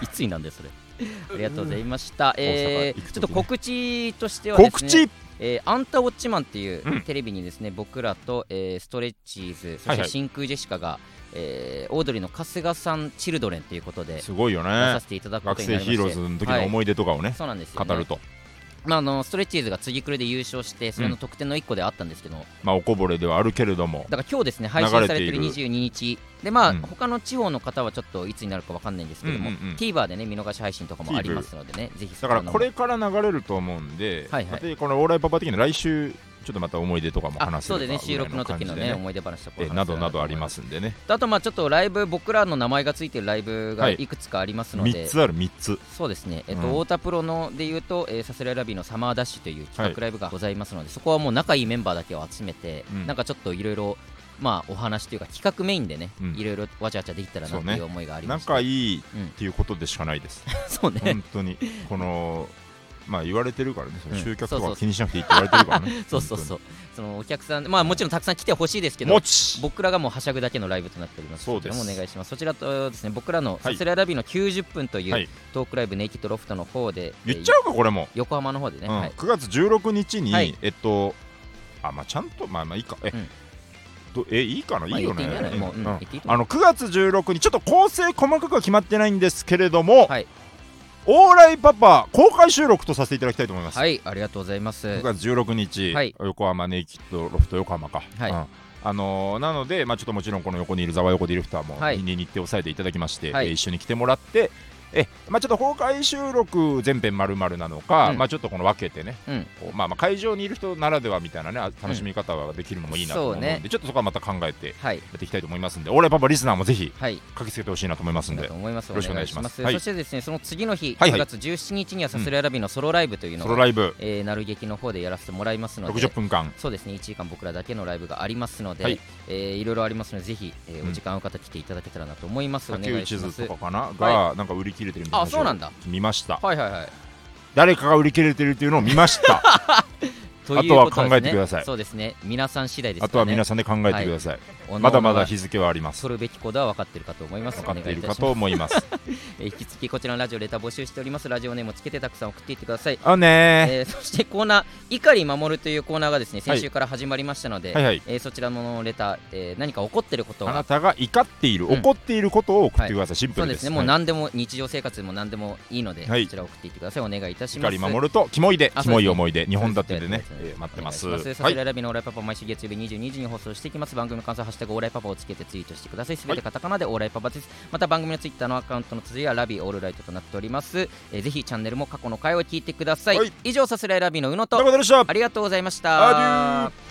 Speaker 1: いつになんでそれありがとうございました、えー
Speaker 2: 大阪行く時ね
Speaker 1: ちょっと告知としてはですね
Speaker 2: 告知
Speaker 1: えーアンタウォッチマンっていう
Speaker 2: うん
Speaker 1: テレビにですね、僕らと、えーストレッチーズそ
Speaker 2: は
Speaker 1: し
Speaker 2: いは
Speaker 1: て
Speaker 2: い
Speaker 1: 真空ジェシカが、えーオードリーの春日さんチルドレンということで出
Speaker 2: すごいよね
Speaker 1: させていただくこと
Speaker 2: 学
Speaker 1: になり
Speaker 2: 生
Speaker 1: まして
Speaker 2: ヒーローズの時の
Speaker 1: は
Speaker 2: 思い出とかをね
Speaker 1: い、、そうなんですよ、ね、
Speaker 2: 語ると、
Speaker 1: まあ、あのストレッチーズが次くれで優勝してそれの得点の1個ではあったんですけど、
Speaker 2: まあおこぼれではあるけれども
Speaker 1: だから今日ですね配信されてる
Speaker 2: 流れて
Speaker 1: 22日でまあ、
Speaker 2: うん
Speaker 1: 他の地方の方はちょっといつになるかわかんないんですけども、
Speaker 2: うんうんうん
Speaker 1: TVer でね見逃し配信とかもありますのでねぜひそち
Speaker 2: だからら
Speaker 1: の
Speaker 2: これから流れると思うんで、
Speaker 1: はいはい
Speaker 2: でこのオーライパパ的に来週ちょっとまた思い出とかも
Speaker 1: あ
Speaker 2: 話せ
Speaker 1: そう
Speaker 2: れ
Speaker 1: で
Speaker 2: ば
Speaker 1: ね収録の時の
Speaker 2: ぐらい
Speaker 1: ね
Speaker 2: 感
Speaker 1: 思い出話とか
Speaker 2: じでねえなどなどありますすんでね
Speaker 1: あとまあちょっとライブ僕らの名前がついてるライブが
Speaker 2: はい
Speaker 1: いくつかありますので、
Speaker 2: 3つある3つ
Speaker 1: そうですね、えっと
Speaker 2: うん
Speaker 1: 太田プロのでいうと、えーサスライラビーのサマーダッシュという企
Speaker 2: は
Speaker 1: 画
Speaker 2: い
Speaker 1: ライブがございますので、そこはもう仲いいメンバーだけを集めて、
Speaker 2: うん
Speaker 1: なんかちょっといろいろまあお話というか企画メインでね
Speaker 2: うん
Speaker 1: いろいろわちゃわちゃできたらなっていう思いがあります、
Speaker 2: 仲
Speaker 1: い
Speaker 2: いいっていうことでしかないです、
Speaker 1: そうね
Speaker 2: 本当にこのまあ言われてるからねその
Speaker 1: うん
Speaker 2: 集客
Speaker 1: そう
Speaker 2: と
Speaker 1: そう
Speaker 2: か気にしなくていいって言われてるから ね
Speaker 1: そうそうそう、そのお客さん、まあ、もちろんたくさん来てほしいですけ
Speaker 2: も
Speaker 1: ど、
Speaker 2: ち
Speaker 1: 僕らがもうはしゃぐだけのライブとなっております
Speaker 2: そうです
Speaker 1: こちらもお願いします。そちらとですね、僕らの
Speaker 2: は
Speaker 1: サ
Speaker 2: い
Speaker 1: スライラビーの90分とい
Speaker 2: は
Speaker 1: う
Speaker 2: い
Speaker 1: トークライブ、ネイキッドロフトの方で、えー
Speaker 2: 言っちゃうかこれも、
Speaker 1: 横浜の方でね、
Speaker 2: うん
Speaker 1: はい、
Speaker 2: 9月16日に、
Speaker 1: はい
Speaker 2: えっとあまあちゃんとまあまあいいかえ、
Speaker 1: うん
Speaker 2: どえいいかな、
Speaker 1: まあ
Speaker 2: いいよ
Speaker 1: 言ってい
Speaker 2: ね
Speaker 1: いんじゃないもううん
Speaker 2: うん
Speaker 1: 言っていいと思
Speaker 2: あの9月16日ちょっと構成細かくは決まってないんですけれども、
Speaker 1: はい
Speaker 2: オーライパパ公開収録とさせていただきたいと思います、
Speaker 1: はい、ありがとうございます。
Speaker 2: 9月16日、
Speaker 1: はい
Speaker 2: 横浜ネイキッドロフト横浜か、
Speaker 1: はい
Speaker 2: うんあのーなので、まあ、ちょっともちろんこの横にいるざわ横ディレクターも、
Speaker 1: はい
Speaker 2: に日程を抑えていただきまして、
Speaker 1: はい
Speaker 2: えー一緒に来てもらってえ、まあ、ちょっと公開収録全編丸々なのか、
Speaker 1: うん
Speaker 2: まあ、ちょっとこの分けてね
Speaker 1: うん、
Speaker 2: こうまあ、まあ会場にいる人ならではみたいなねあ楽しみ方はできるのもいいなと思うので、
Speaker 1: うんそうね
Speaker 2: ちょっとそこはまた考えてや
Speaker 1: はい、
Speaker 2: っていきたいと思いますんでオーライパパリスナーもぜひ
Speaker 1: はい。
Speaker 2: 駆けつけてほしいなと思いますん
Speaker 1: だ
Speaker 2: で
Speaker 1: と思います。
Speaker 2: よろしくお願いします
Speaker 1: お願
Speaker 2: はい
Speaker 1: そしてですね、その次の日、
Speaker 2: はい
Speaker 1: 9
Speaker 2: はい
Speaker 1: 月17日にはサスライラビーのソロライブというの
Speaker 2: ソロ
Speaker 1: を、
Speaker 2: ライブ
Speaker 1: えー、なる劇の方でやらせてもらいますので、
Speaker 2: 60分間
Speaker 1: そうですね、1時間僕らだけのライブがありますので、
Speaker 2: はい
Speaker 1: いえーいろいろありますので、ぜひ、えー
Speaker 2: うん
Speaker 1: お時間の方来ていただけたらなと思います。お
Speaker 2: 竹
Speaker 1: 願い
Speaker 2: 内
Speaker 1: しま
Speaker 2: 図
Speaker 1: す。
Speaker 2: と
Speaker 1: は
Speaker 2: かかな、がなんか売り切れてるみたいな
Speaker 1: あそうなんだ
Speaker 2: 見ました
Speaker 1: いはいはい。
Speaker 2: 誰かが売り切れてるっていうのを見ました
Speaker 1: と
Speaker 2: あ
Speaker 1: いう
Speaker 2: とは
Speaker 1: ことですね
Speaker 2: 考えてください
Speaker 1: そうですね、皆さん次第です
Speaker 2: あ
Speaker 1: か
Speaker 2: とは
Speaker 1: らね、
Speaker 2: 皆さんで考えてください、
Speaker 1: おのおの
Speaker 2: まだまだ日付はあります
Speaker 1: 取るべきことは分かっているかと思います。
Speaker 2: 分かっている
Speaker 1: お願い
Speaker 2: か
Speaker 1: いた
Speaker 2: と
Speaker 1: し
Speaker 2: 思います
Speaker 1: ますえー引き続きこちらのラジオレター募集しております。ラジオネームつけてたくさん送っていってください。
Speaker 2: あね
Speaker 1: えーそしてコーナー、碇守るというコーナーがですね先週から始まりましたので、
Speaker 2: ーはいはい
Speaker 1: えーそちらのレター、えー何か起こってること
Speaker 2: あな
Speaker 1: は、
Speaker 2: たが怒っている、
Speaker 1: うん
Speaker 2: 怒っていることを送ってください、シンプ
Speaker 1: そう
Speaker 2: ル
Speaker 1: で
Speaker 2: ですす
Speaker 1: ね、もう何でも日常生活でも何でもいいので、
Speaker 2: はい
Speaker 1: こちら送っていってください。お願いいたします。
Speaker 2: 光守るとキモいで
Speaker 1: あ
Speaker 2: キモ
Speaker 1: そうで
Speaker 2: い
Speaker 1: すね
Speaker 2: 思い出日
Speaker 1: 日
Speaker 2: 本立てでね、えー待ってます
Speaker 1: サス
Speaker 2: は
Speaker 1: ラ
Speaker 2: い
Speaker 1: イラビのオーライパパ毎週月曜日22時に放送していきます。番組の感想はハッシュタグオーライパパをつけてツイートしてください。すべてカタカナでオーライパパです。また番組のツイッターのアカウントの続きはラビオールライトとなっております。えーぜひチャンネルも過去の回を聞いてください。
Speaker 2: はい
Speaker 1: 以上サスライラビの宇野
Speaker 2: という
Speaker 1: と
Speaker 2: ことでした
Speaker 1: ありがとうございました。
Speaker 2: アデュー